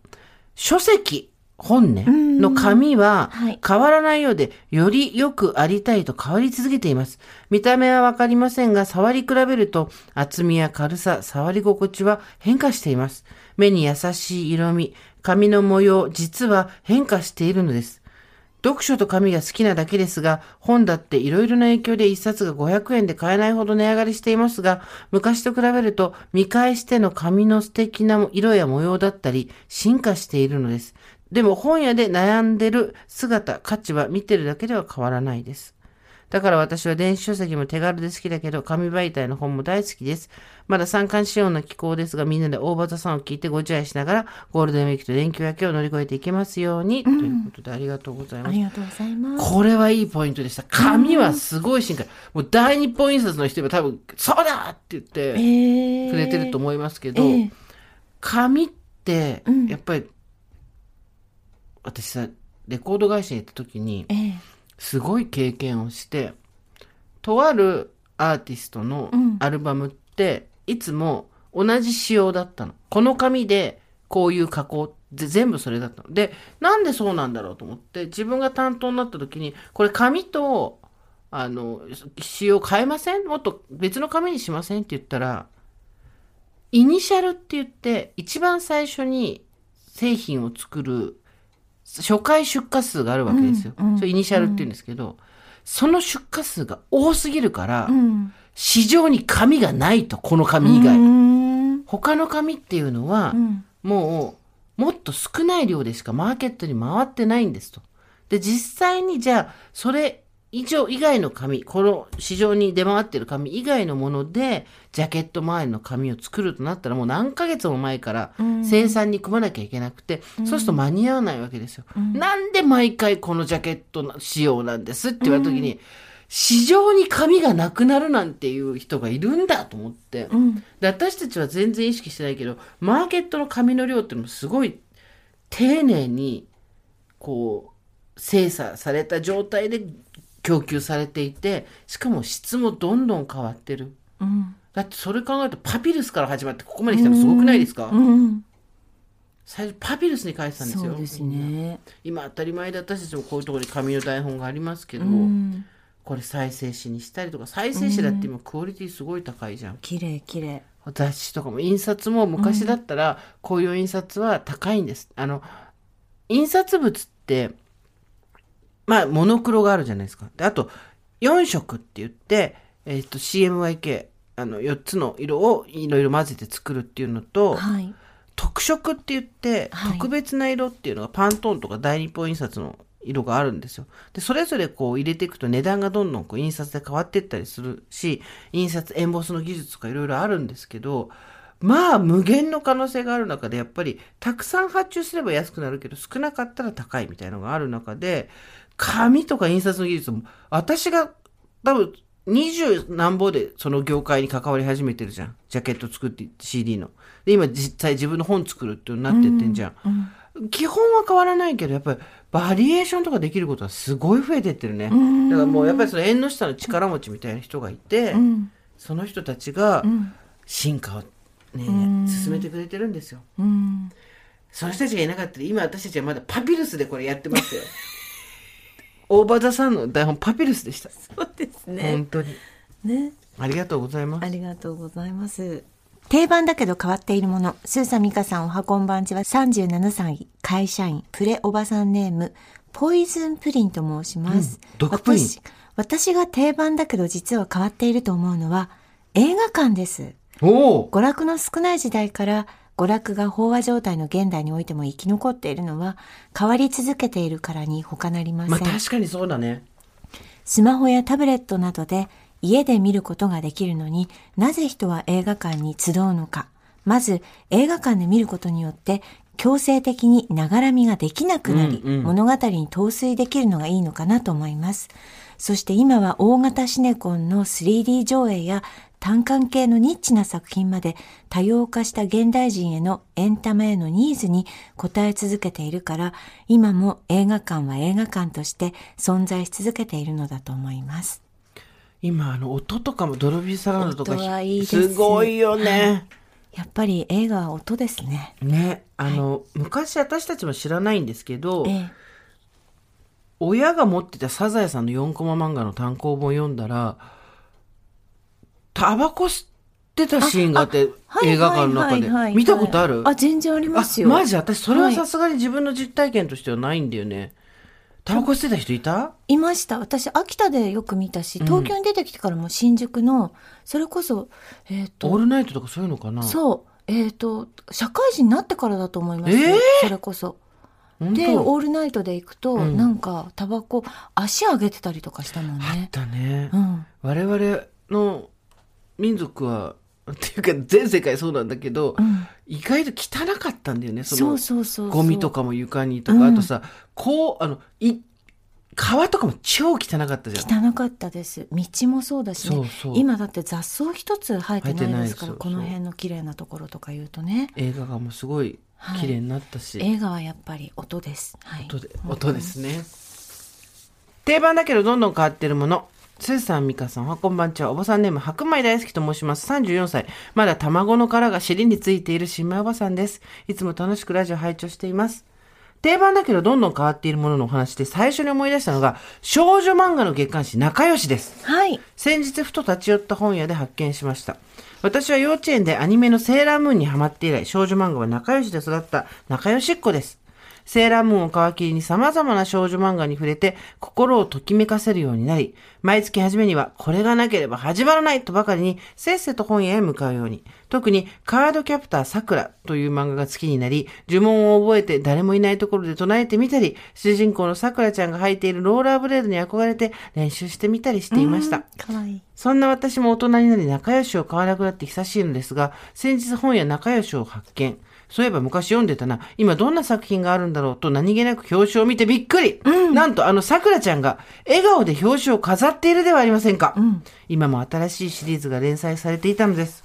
[SPEAKER 2] 書籍、本ね、の紙は
[SPEAKER 1] はい
[SPEAKER 2] 変わらないようで、よりよくありたいと変わり続けています。見た目はわかりませんが、触り比べると、厚みや軽さ、触り心地は変化しています。目に優しい色味、髪の模様、実は変化しているのです。読書と紙が好きなだけですが、本だっていろいろな影響で一冊が500円で買えないほど値上がりしていますが、昔と比べると見返しての紙の素敵な色や模様だったり、進化しているのです。でも本屋で悩んでる姿、価値は見てるだけでは変わらないです。だから私は電子書籍も手軽で好きだけど、紙媒体の本も大好きです。まだ三寒四温の気候ですが、みんなで大場さんを聞いてご自愛しながら、ゴールデンウィークと連休明けを乗り越えていけますように、ということでありがとうございます。
[SPEAKER 1] がとうございま。
[SPEAKER 2] これはいいポイントでした。紙はすごい進化。もう大日本印刷の人は多分、そうだって言ってく
[SPEAKER 1] く
[SPEAKER 2] れてると思いますけど、
[SPEAKER 1] ええ
[SPEAKER 2] 紙って
[SPEAKER 1] うん、
[SPEAKER 2] やっぱり、私さ、レコード会社に行った時に、
[SPEAKER 1] ええ
[SPEAKER 2] すごい経験をしてとあるアーティストの
[SPEAKER 1] うん
[SPEAKER 2] アルバムって、いつも同じ仕様だったのこの紙でこういう加工ぜ全部それだったのでなんでそうなんだろうと思って自分が担当になった時にこれ紙とあの仕様変えませんもっと別の紙にしませんって言ったらイニシャルって言って一番最初に製品を作る初回出荷数があるわけですよ。
[SPEAKER 1] うんうん
[SPEAKER 2] それイニシャルって言うんですけど、その出荷数が多すぎるから、
[SPEAKER 1] うん
[SPEAKER 2] 市場に紙がないと、この紙以外。
[SPEAKER 1] うん
[SPEAKER 2] 他の紙っていうのは、
[SPEAKER 1] うん
[SPEAKER 2] もう、もっと少ない量でしかマーケットに回ってないんですと。で、実際にじゃあ、それ以上以外の紙、この市場に出回ってる紙以外のもので、ジャケット周りの紙を作るとなったら、もう何ヶ月も前から
[SPEAKER 1] うん
[SPEAKER 2] 生産に組まなきゃいけなくて、そうすると間に合わないわけですよ。
[SPEAKER 1] ん
[SPEAKER 2] なんで毎回このジャケットの仕様なんですって言われた時に、市場に紙がなくなるなんていう人がいるんだと思って。
[SPEAKER 1] うん
[SPEAKER 2] で私たちは全然意識してないけどマーケットの紙の量っていうのもすごい丁寧にこう精査された状態で供給されていてしかも質もどんどん変わってる
[SPEAKER 1] うん
[SPEAKER 2] だってそれ考えるとパピルスから始まってここまで来たのすごくないですか、
[SPEAKER 1] うん
[SPEAKER 2] 最初パピルスに書いてたんですよ
[SPEAKER 1] そうですね
[SPEAKER 2] 今当たり前で私たちもこういうところに紙の台本がありますけど、
[SPEAKER 1] うん
[SPEAKER 2] これ再生紙にしたりとか再生紙だって今クオリティすごい高いじゃん
[SPEAKER 1] 綺麗綺麗
[SPEAKER 2] 雑誌とかも印刷も昔だったらこういう印刷は高いんです。あの印刷物ってまあモノクロがあるじゃないですか。であと4色って言って、えっと CMYK あの4つの色をいろいろ混ぜて作るっていうのと、
[SPEAKER 1] はい
[SPEAKER 2] 特色って言って、
[SPEAKER 1] はい
[SPEAKER 2] 特別な色っていうのがパントーンとか大日本印刷の色があるんですよ。で、それぞれこう入れていくと値段がどんどんこう印刷で変わっていったりするし、印刷、エンボスの技術とかいろいろあるんですけど、まあ無限の可能性がある中でやっぱりたくさん発注すれば安くなるけど少なかったら高いみたいのがある中で紙とか印刷の技術も私が多分20何ぼでその業界に関わり始めてるじゃんジャケット作って CD ので今実際自分の本作るっていうのになってってんじゃん、基本は変わらないけどやっぱりバリエーションとかできることはすごい増えてってるねだからもうやっぱりその縁の下の力持ちみたいな人がいて、
[SPEAKER 1] うん
[SPEAKER 2] その人たちが
[SPEAKER 1] うん
[SPEAKER 2] 進化をね、
[SPEAKER 1] ん
[SPEAKER 2] 進めてくれてるんですよ
[SPEAKER 1] うん
[SPEAKER 2] その人たちがいなかったら今私たちはまだパピルスでこれやってま すよ大場田さんの台本パピルスでした、
[SPEAKER 1] そうです
[SPEAKER 2] 本当に
[SPEAKER 1] ね
[SPEAKER 2] ありがとうございます
[SPEAKER 1] ありがとうございます。定番だけど変わっているもの。スーサミカさんおはこんばんちは37歳、会社員、プレおばさんネーム、ポイズンプリンと申します。
[SPEAKER 2] うん毒プリン
[SPEAKER 1] 私私が定番だけど実は変わっていると思うのは映画館です。
[SPEAKER 2] おお
[SPEAKER 1] 娯楽の少ない時代から娯楽が飽和状態の現代においても生き残っているのは変わり続けているからに他なりません。
[SPEAKER 2] まあ確かにそうだね
[SPEAKER 1] スマホやタブレットなどで家で見ることができるのになぜ人は映画館に集うのか。まず映画館で見ることによって強制的にながらみができなくなり、
[SPEAKER 2] うんうん
[SPEAKER 1] 物語に陶酔できるのがいいのかなと思います。そして今は大型シネコンの 3D 上映や単館系のニッチな作品まで多様化した現代人へのエンタメへのニーズに応え続けているから、今も映画館は映画館として存在し続けているのだと思います。
[SPEAKER 2] 今あの音とかもドルビーサラウンドとか
[SPEAKER 1] 音はいいです
[SPEAKER 2] すごいよね。
[SPEAKER 1] やっぱり映画は音ですね。
[SPEAKER 2] ね、あの、昔私たちも知らないんですけど、
[SPEAKER 1] ええ、
[SPEAKER 2] 親が持ってたサザエさんの4コマ漫画の単行本読んだら、タバコ吸ってたシーンがあって、映画館の中
[SPEAKER 3] は
[SPEAKER 2] で
[SPEAKER 3] いはいはいは。い
[SPEAKER 2] 見たことある
[SPEAKER 1] あ、全然ありますよ。
[SPEAKER 2] マジ私それは
[SPEAKER 1] はい
[SPEAKER 2] さすがに自分の実体験としてはないんだよね。タバコ吸ってた人いた
[SPEAKER 1] いました。私、秋田でよく見たし、東京に出てきてからも新宿の、それこそ、えっ、
[SPEAKER 2] オー
[SPEAKER 1] と、
[SPEAKER 2] ルナイトとかそういうのかな
[SPEAKER 1] そう、えっ、と、社会人になってからだと思います、
[SPEAKER 2] えー
[SPEAKER 1] それこそ。
[SPEAKER 2] 本当
[SPEAKER 1] で、オールナイトで行くと、
[SPEAKER 2] うん
[SPEAKER 1] なんか、タバコ、足上げてたりとかしたもん
[SPEAKER 2] あっ
[SPEAKER 1] ね。
[SPEAKER 2] たね
[SPEAKER 1] う。ん。
[SPEAKER 2] 我々の民族は、っていうか全世界そうなんだけど、
[SPEAKER 1] うん。
[SPEAKER 2] 意外と汚かったんだよね、そ
[SPEAKER 1] そ
[SPEAKER 2] の
[SPEAKER 1] うそうそうそう。
[SPEAKER 2] ゴミとかも床にとか、
[SPEAKER 1] うん
[SPEAKER 2] あとさ、こう、あの、い、川とかも超汚かったじゃん。
[SPEAKER 1] 汚かったです。道もそうだしね。
[SPEAKER 2] そうそう。
[SPEAKER 1] 今だって雑草一つ生えてないですから
[SPEAKER 2] 生えてないそうそう
[SPEAKER 1] この辺の綺麗なところとか言うとね
[SPEAKER 2] 映画がもうすごい
[SPEAKER 1] はい
[SPEAKER 2] 綺麗になったし、
[SPEAKER 1] 映画はやっぱり音です、はい、
[SPEAKER 2] 音で、音ですね。定番だけどどんどん変わってるもの。スーさん、ミカさん、おはこんばんちは。おばさんネーム、白米大好きと申します。34歳。まだ卵の殻が尻についている新米おばさんです。いつも楽しくラジオ拝聴しています。定番だけどどんどん変わっているもののお話で最初に思い出したのが、少女漫画の月刊誌、仲良しです。
[SPEAKER 1] はい
[SPEAKER 2] 先日ふと立ち寄った本屋で発見しました私は幼稚園でアニメのセーラームーンにハマって以来少女漫画は仲良しで育った仲良しっ子ですセーラームーンを皮切りに様々な少女漫画に触れて心をときめかせるようになり、毎月初めにはこれがなければ始まらないとばかりにせっせと本屋へ向かうように、特にカードキャプター桜という漫画が好きになり、呪文を覚えて誰もいないところで唱えてみたり、主人公の桜ちゃんが履いているローラーブレードに憧れて練習してみたりしていました。
[SPEAKER 1] かわいい
[SPEAKER 2] そんな私も大人になり仲良しを買わなくなって久しいのですが、先日本屋仲良しを発見。そういえば昔読んでたな。今どんな作品があるんだろうと何気なく表紙を見てびっくり、なんとあの桜ちゃんが笑顔で表紙を飾っているではありませんか、今も新しいシリーズが連載されていたのです。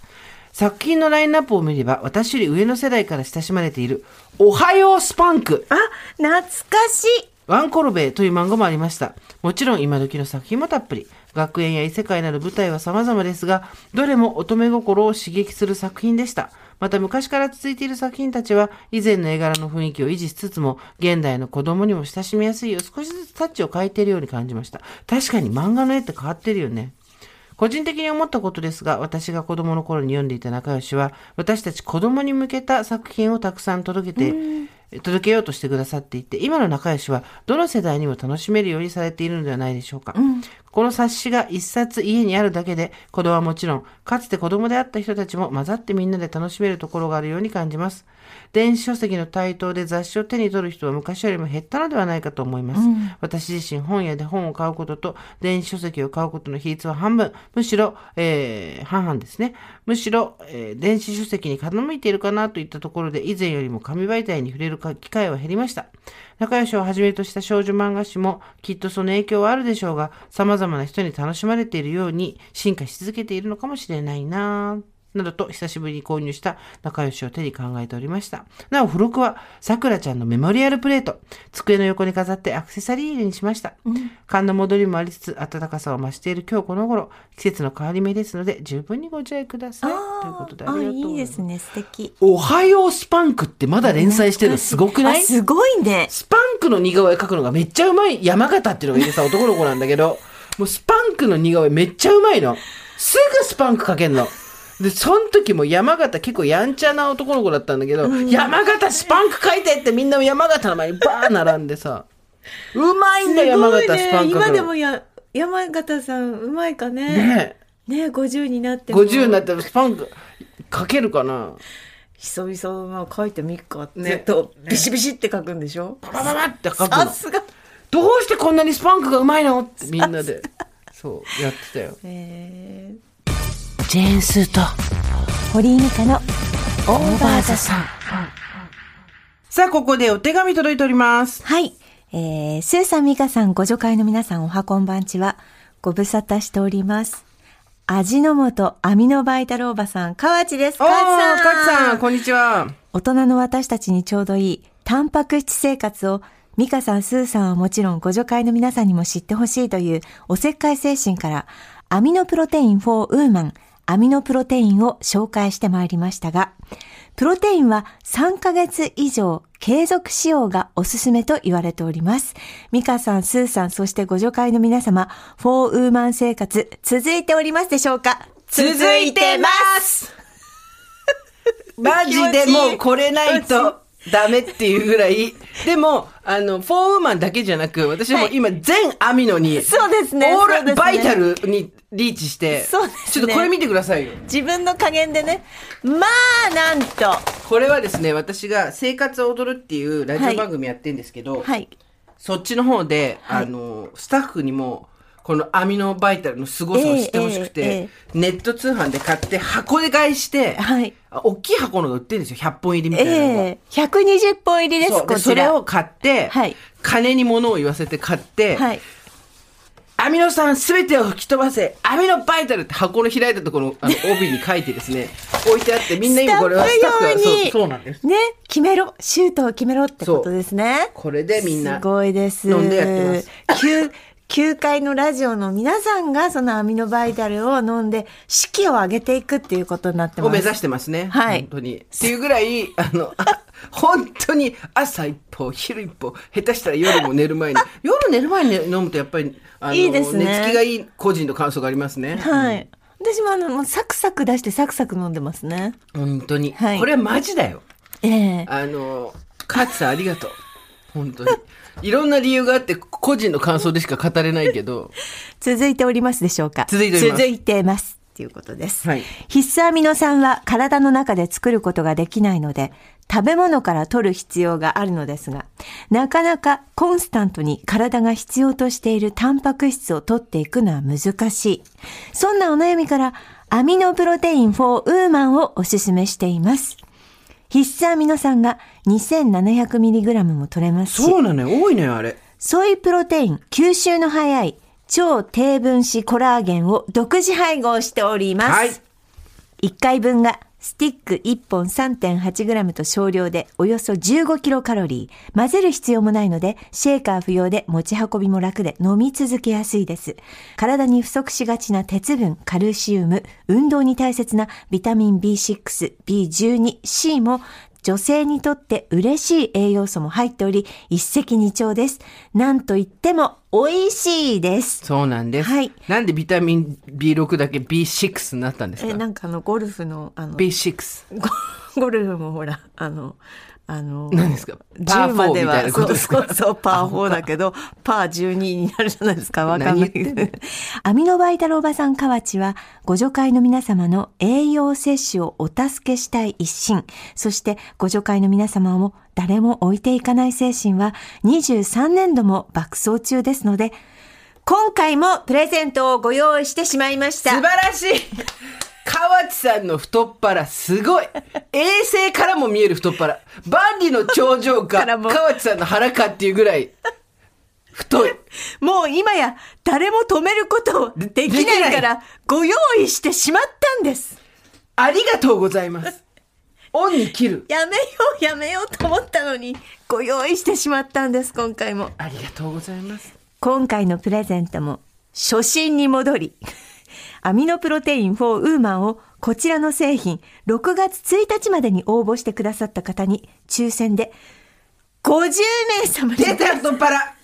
[SPEAKER 2] 作品のラインナップを見れば私より上の世代から親しまれているおはようスパンク
[SPEAKER 3] あ、懐かしい。
[SPEAKER 2] ワンコロベという漫画もありました。もちろん今時の作品もたっぷり。学園や異世界など舞台は様々ですが、どれも乙女心を刺激する作品でした。また昔から続いている作品たちは、以前の絵柄の雰囲気を維持しつつも、現代の子供にも親しみやすいよう少しずつタッチを変えているように感じました。確かに漫画の絵って変わってるよね。個人的に思ったことですが、私が子供の頃に読んでいた仲良しは、私たち子供に向けた作品をたくさん届けて、届けようとしてくださっていて、今の仲良しはどの世代にも楽しめるようにされているのではないでしょうか。この冊子が一冊家にあるだけで、子供はもちろん、かつて子供であった人たちも混ざってみんなで楽しめるところがあるように感じます。電子書籍の台頭で雑誌を手に取る人は昔よりも減ったのではないかと思います。私自身本屋で本を買うことと電子書籍を買うことの比率は半分、むしろ、えー半々ですね。むしろ、えー電子書籍に傾いているかなといったところで以前よりも紙媒体に触れるか機会は減りました。仲良しをはじめとした少女漫画誌もきっとその影響はあるでしょうが、様々な人に楽しまれているように進化し続けているのかもしれないなぁなどと久しぶりに購入した仲良しを手に考えておりました。なお、付録は、さくらちゃんのメモリアルプレート、机の横に飾ってアクセサリー入れにしました。寒の戻りもありつつ、暖かさを増している今日この頃、季節の変わり目ですので、十分にご自愛ください。ということで、ありがとうございます。
[SPEAKER 1] いいですね素敵
[SPEAKER 2] おはようスパンクってまだ連載してるのすごくない
[SPEAKER 1] あすごいね
[SPEAKER 2] スパンクの似顔絵描くのがめっちゃうまい山形っていうのがいてさ、男の子なんだけど、もうスパンクの似顔絵めっちゃうまいの。すぐスパンク描けんの。で、その時も山形結構やんちゃな男の子だったんだけど、山形スパンク描いてってみんな山形の前にバー並んでさ、うまいんだよ山形スパンク描くの。
[SPEAKER 3] 今でもや山形さんうまいかね。
[SPEAKER 2] ね
[SPEAKER 3] ね五50になっ
[SPEAKER 2] え、
[SPEAKER 3] ても。
[SPEAKER 2] 50になってもスパンク描けるかな
[SPEAKER 3] 久々まあ書いてみっかって、
[SPEAKER 2] ね
[SPEAKER 3] とビシビシって書くんでしょ。
[SPEAKER 2] パパパパって描く
[SPEAKER 3] さ
[SPEAKER 2] の。
[SPEAKER 3] すが。
[SPEAKER 2] どうしてこんなにスパンクがうまいのってみんなで。そうやってたよ
[SPEAKER 4] えー
[SPEAKER 5] ジェーンスーと
[SPEAKER 1] 堀井美香の
[SPEAKER 5] オーバーザさん。さあ、ここでお手紙届いております。
[SPEAKER 1] はい。えー、スーさん、ミカさん、ご助会の皆さん、おはこんばんちは。ご無沙汰しております。味の素、アミノバイタルおばさん、河内です。
[SPEAKER 2] おー
[SPEAKER 1] 河内
[SPEAKER 2] カチ
[SPEAKER 1] さ
[SPEAKER 2] さ
[SPEAKER 1] ん
[SPEAKER 2] んこんにちは
[SPEAKER 1] 大人の私たちにちょうどいい、タンパク質生活を、ミカさん、スーさんはもちろん、ご助会の皆さんにも知ってほしいという、おせっかい精神から、アミノプロテイン4ウーマン、アミノプロテインを紹介してまいりましたが、プロテインは3ヶ月以上継続使用がおすすめと言われております。ミカさん、スーさん、そしてご助会の皆様、4ウーマン生活、続いておりますでしょうか
[SPEAKER 5] 続いてます
[SPEAKER 2] マジでもうこれないとダメっていうぐらい。でも、あの、フォーウーマンだけじゃなく、私はもう今全アミノに、
[SPEAKER 1] そうですね
[SPEAKER 2] オ
[SPEAKER 1] そう
[SPEAKER 2] ー
[SPEAKER 1] ですね
[SPEAKER 2] ルバイタルにリーチして、
[SPEAKER 1] そうですね
[SPEAKER 2] ちょっとこれ見てくださいよ。
[SPEAKER 1] 自分の加減でね、まあ、なんと。
[SPEAKER 2] これはですね、私が生活を踊るっていうラジオ番組やってんですけど、
[SPEAKER 1] はい。
[SPEAKER 2] そっちの方で、あの、スタッフにも、このアミノバイタルの凄さを知ってほしくて、
[SPEAKER 1] ええええ
[SPEAKER 2] ネット通販で買って箱で買いして、
[SPEAKER 1] はい
[SPEAKER 2] あ大きい箱のが売ってるんですよ。100本入りみたいなのが。
[SPEAKER 1] ええ120本入りです、
[SPEAKER 2] そうで
[SPEAKER 1] こ
[SPEAKER 2] そ
[SPEAKER 1] ち
[SPEAKER 2] れ
[SPEAKER 1] ら。
[SPEAKER 2] を買って、
[SPEAKER 1] はい
[SPEAKER 2] 金に物を言わせて買って、
[SPEAKER 1] はい。
[SPEAKER 2] アミノ酸すべてを吹き飛ばせ、アミノバイタルって箱の開いたところのあの帯に書いてですね、置いてあって、みんな今これはスタッフが
[SPEAKER 1] スタッフ用に
[SPEAKER 2] そうそうなんです。
[SPEAKER 1] ね、決めろ、シュートを決めろってことですね。
[SPEAKER 2] これでみんな
[SPEAKER 1] すごいです。
[SPEAKER 2] 飲んでやってます。
[SPEAKER 1] 9 9回のラジオの皆さんがそのアミノバイタルを飲んで士気を上げていくっていうことになってます。
[SPEAKER 2] を目指してますね。
[SPEAKER 1] はい
[SPEAKER 2] 本当に。っていうぐらい、あの、あ本当に朝一歩、昼一歩、下手したら夜も寝る前に。夜寝る前に飲むとやっぱり、あの
[SPEAKER 1] いいですね
[SPEAKER 2] 寝つきがいい個人の感想がありますね。
[SPEAKER 1] はい。私もあの、もうサクサク出してサクサク飲んでますね。
[SPEAKER 2] 本当に。
[SPEAKER 1] はい
[SPEAKER 2] これはマジだよ。
[SPEAKER 1] ええ
[SPEAKER 2] あの、勝さんありがとう。本当に。いろんな理由があって、個人の感想でしか語れないけど。
[SPEAKER 1] 続いておりますでしょうか
[SPEAKER 2] 続いております
[SPEAKER 1] 続いてます。っていうことです。
[SPEAKER 2] はい
[SPEAKER 1] 必須アミノ酸は体の中で作ることができないので、食べ物から取る必要があるのですが、なかなかコンスタントに体が必要としているタンパク質を取っていくのは難しい。そんなお悩みから、アミノプロテイン4ウーマンをおすすめしています。必須アミノ酸が 2700mg も取れますし、
[SPEAKER 2] うなのよ。多いのよ、あれ。
[SPEAKER 1] ソイプロテイン吸収の早い超低分子コラーゲンを独自配合しております。
[SPEAKER 2] はい
[SPEAKER 1] 1回分がスティック1本 3.8g と少量でおよそ 15kcal 混ぜる必要もないのでシェーカー不要で持ち運びも楽で飲み続けやすいです体に不足しがちな鉄分カルシウム運動に大切なビタミン B6B12C も女性にとって嬉しい栄養素も入っており一石二鳥ですなんといっても美味しいです
[SPEAKER 2] そうなんです。
[SPEAKER 1] はい
[SPEAKER 2] なんでビタミン B6 だけ B6 になったんです
[SPEAKER 4] え
[SPEAKER 2] か
[SPEAKER 4] なんかあのゴルフのあの
[SPEAKER 2] ?B6。
[SPEAKER 4] ゴ ゴルフもほらあのあの
[SPEAKER 2] 何ですかパー
[SPEAKER 4] 10
[SPEAKER 2] 4
[SPEAKER 4] ま
[SPEAKER 2] み
[SPEAKER 4] で
[SPEAKER 2] た
[SPEAKER 4] は
[SPEAKER 2] いなこと
[SPEAKER 4] そ
[SPEAKER 2] で
[SPEAKER 4] う
[SPEAKER 2] す
[SPEAKER 4] そ
[SPEAKER 2] か
[SPEAKER 4] うそうパー4だけどパー12になるじゃないですかわかんないけど
[SPEAKER 1] アミノバイタルおばさん河内は、ご助会の皆様の栄養摂取をお助けしたい一心、そしてご助会の皆様も誰も置いていかない精神は23年度も爆走中ですので、今回もプレゼントをご用意してしまいました。
[SPEAKER 2] 素晴らしい河内さんの太っ腹すごい衛星からも見える太っ腹万里の頂上か
[SPEAKER 4] からも
[SPEAKER 2] 河内さんの腹かっていうぐらい太い
[SPEAKER 4] もう今や誰も止めることできないからご用意してしまったんです
[SPEAKER 2] ありがとうございますオンに切る
[SPEAKER 4] やめようやめようと思ったのにご用意してしまったんです今回も
[SPEAKER 2] ありがとうございます
[SPEAKER 1] 今回のプレゼントも初心に戻り、アミノプロテイン4ウーマンをこちらの製品6月1日までに応募してくださった方に抽選で50名様
[SPEAKER 2] 出
[SPEAKER 1] で
[SPEAKER 2] た太っ腹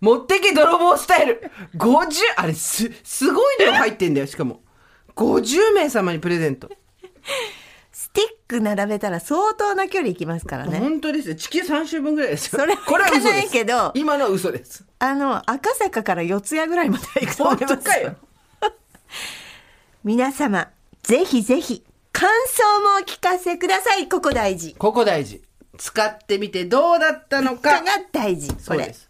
[SPEAKER 2] 持ってけ泥棒スタイル50あれすすごいの入ってんだよしかも50名様にプレゼント
[SPEAKER 4] スティック並べたら相当な距離いきますからね
[SPEAKER 2] 本当ですよ地球3周分ぐらいですよ
[SPEAKER 4] それは
[SPEAKER 2] これは嘘
[SPEAKER 4] いかな
[SPEAKER 2] で
[SPEAKER 4] い
[SPEAKER 2] す
[SPEAKER 4] けど
[SPEAKER 2] 今のは嘘です
[SPEAKER 4] あの赤坂から四ツ谷ぐらいまでは行くと思
[SPEAKER 2] 本
[SPEAKER 4] いま
[SPEAKER 2] 当
[SPEAKER 4] す
[SPEAKER 2] かよ
[SPEAKER 1] 皆様ぜひぜひ感想もお聞かせください。ここ大事。
[SPEAKER 2] ここ大事。使ってみてどうだったの
[SPEAKER 1] こ
[SPEAKER 2] か
[SPEAKER 1] こ。が大事。
[SPEAKER 2] そ
[SPEAKER 1] こ
[SPEAKER 2] う
[SPEAKER 1] れ
[SPEAKER 2] で。す。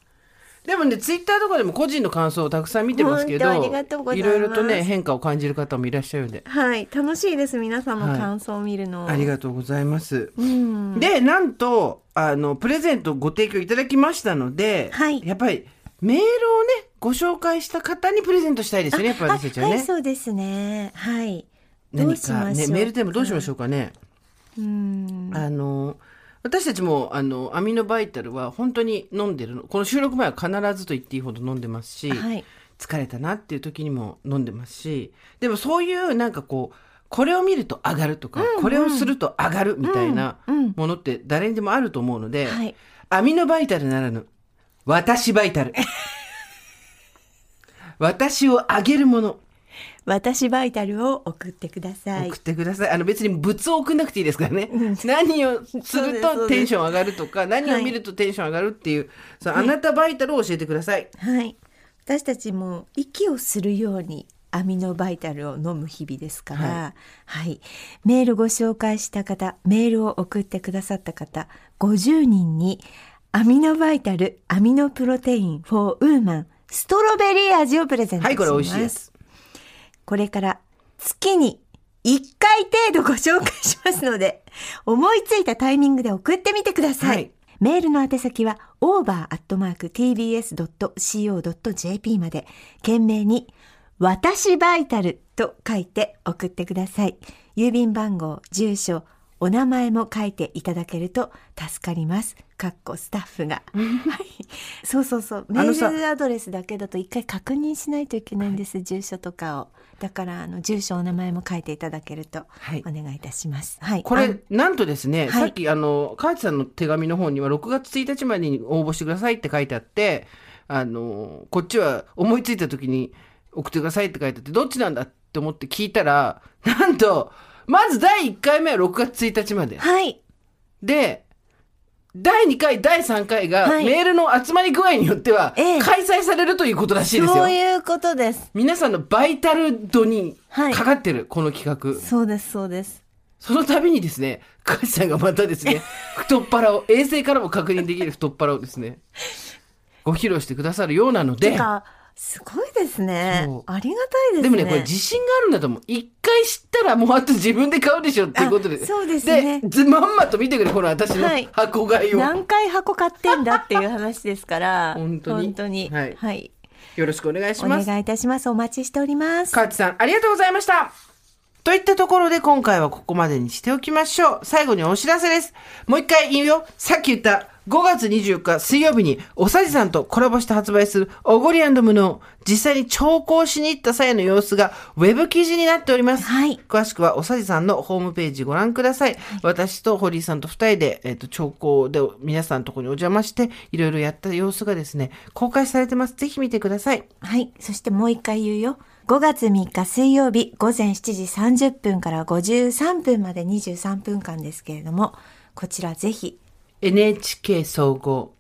[SPEAKER 2] でもね、ツイッターとかでも個人の感想をたくさん見てますけど、
[SPEAKER 1] 本当ありがとうございます
[SPEAKER 2] ろいろとね、変化を感じる方もいらっしゃるんで。
[SPEAKER 1] はい、楽しいです皆さんの
[SPEAKER 2] はい
[SPEAKER 1] 感想を見るの、
[SPEAKER 6] ありがとうございます。
[SPEAKER 1] うん
[SPEAKER 6] で、なんと、あの、プレゼントご提供いただきましたので、
[SPEAKER 1] はい
[SPEAKER 6] やっぱり、メールをね、ご紹介した方にプレゼントしたいですよね、やっぱり私たちは
[SPEAKER 1] あ
[SPEAKER 6] ね。
[SPEAKER 1] はい、そうですね。はい。どう
[SPEAKER 6] 何
[SPEAKER 1] しましょう
[SPEAKER 6] か、
[SPEAKER 1] か。
[SPEAKER 6] ね、メールでもどうしましょうかね。
[SPEAKER 1] うん。
[SPEAKER 2] あの、私たちも、あの、アミノバイタルは本当に飲んでるの。この収録前は必ずと言っていいほど飲んでますし、
[SPEAKER 1] はい。
[SPEAKER 2] 疲れたなっていう時にも飲んでますし、でもそういうなんかこう、これを見ると上がるとか、これをすると上がるみたいな
[SPEAKER 1] うんうん
[SPEAKER 2] ものって誰にでもあると思うので、
[SPEAKER 1] はい
[SPEAKER 2] アミノバイタルならぬ、私バ イタル。私を上げるもの、
[SPEAKER 1] 私バイタルを送ってください
[SPEAKER 2] 送っ。てください。あの別に物を送んなくていいですからね。何をす
[SPEAKER 1] そうですそう
[SPEAKER 2] る
[SPEAKER 1] で
[SPEAKER 2] と
[SPEAKER 1] す
[SPEAKER 2] テンション上がるとか、何
[SPEAKER 1] は
[SPEAKER 2] を
[SPEAKER 1] い
[SPEAKER 2] 見るとテンション上がるっていう、そのあなたバイタルを教えてください。
[SPEAKER 1] はい。私たちも息をするようにアミノバイタルを飲む日々ですから、はい、メールご紹介した方、メールを送ってくださった方、50人にアミノバイタル、アミノプロテインフォーウーマン、ストロベリー味をプレゼント
[SPEAKER 2] は
[SPEAKER 1] し
[SPEAKER 2] い、
[SPEAKER 1] ま
[SPEAKER 2] こ
[SPEAKER 1] す。
[SPEAKER 2] れ美味しいです。
[SPEAKER 1] これから月に1回程度ご紹介しますの で、思いついたタイミングで送ってみてください。
[SPEAKER 2] はい
[SPEAKER 1] メールの宛先は over.tbs.co.jp まで、懸命に私バイタルと書いて送ってください。郵便番号、住所、お名前も書いていただけると助かります。かっこスタッフ が。はい。そうそうそう。メ
[SPEAKER 2] あのさ
[SPEAKER 1] ールアドレスだけだと一回確認しないといけないんです、住所とかをだからあの住所お名前も書いていただけると
[SPEAKER 2] はい
[SPEAKER 1] お願いいたしますはい、
[SPEAKER 2] こ
[SPEAKER 1] あ
[SPEAKER 2] れ、なんとですね、
[SPEAKER 1] い
[SPEAKER 2] さっき、あの、河内さんの手紙の方には、6月1日までに応募してくださいって書いてあって、あの、こっちは思いついた時に送ってくださいって書いてあって、どっちなんだって思って聞いたら、なんと、まず第1回目は6月1日まで。
[SPEAKER 1] はい
[SPEAKER 2] で、第2回、第3回が、
[SPEAKER 1] はい
[SPEAKER 2] メールの集まり具合によっては、
[SPEAKER 1] ええ
[SPEAKER 2] 開催されるということらしいですよ。
[SPEAKER 1] そういうことです
[SPEAKER 2] 皆さんのバイタル度に
[SPEAKER 1] はい
[SPEAKER 2] かかってる、この企画。
[SPEAKER 1] そうですそうです
[SPEAKER 2] その度にですね、カジさんがまたで すね、太っ腹を、衛星からも確認できる太っ腹をですね、ご披露してくださるようなの
[SPEAKER 1] て
[SPEAKER 2] で、
[SPEAKER 1] かすごいですね
[SPEAKER 2] そう
[SPEAKER 1] ありがたいですね
[SPEAKER 2] でもね、これ自信があるんだと思う。一回知ったらもうあと自分で買うでしょっていうことで。
[SPEAKER 1] あそうですね
[SPEAKER 2] で、ずまんまと見てくれ、この私の
[SPEAKER 1] はい
[SPEAKER 2] 箱買いを。
[SPEAKER 1] 何回箱買ってんだっていう話ですから
[SPEAKER 2] 本当に
[SPEAKER 1] は、
[SPEAKER 2] はいいよろしくお願いし
[SPEAKER 1] お
[SPEAKER 2] ます。
[SPEAKER 1] 願いいたしますお待ちしております
[SPEAKER 2] カーチさん、ありがとうございました。
[SPEAKER 6] といったところで今回はここまでにしておきましょう。最後にお知らせです。もう一回言うよ。さっき言った5月24日水曜日におさじさんとコラボして発売するおごり無能。実際に調校しに行った際の様子がウェブ記事になっております。
[SPEAKER 1] はい
[SPEAKER 6] 詳しくはおさじさんのホームページご覧ください。私と堀井さんと二人で、えっ、と、調校で皆さんのところにお邪魔していろいろやった様子がですね、公開されてます。ぜひ見てください。
[SPEAKER 1] はい。そしてもう一回言うよ。5月3日水曜日午前7時30分から53分まで23分間ですけれども、こちらぜひ、
[SPEAKER 2] NHK 総合、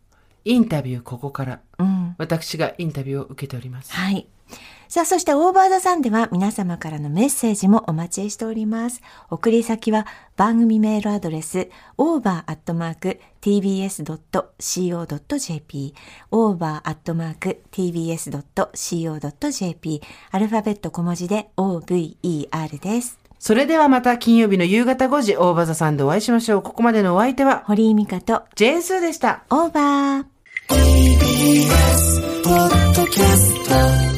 [SPEAKER 2] インタビューここから。
[SPEAKER 1] うん。
[SPEAKER 2] 私がインタビューを受けております。
[SPEAKER 1] はい。さあ、そしてオーバーザさんでは皆様からのメッセージもお待ちしております。送り先は番組メールアドレス over.tbs.co.jp over.tbs.co.jp アルファベット小文字で over です。
[SPEAKER 6] それではまた金曜日の夕方5時、大場座さんでお会いしましょう。ここまでのお相手は、
[SPEAKER 1] 堀井美香と
[SPEAKER 6] ジェーンスーでした。
[SPEAKER 1] オーバー。
[SPEAKER 7] podcast.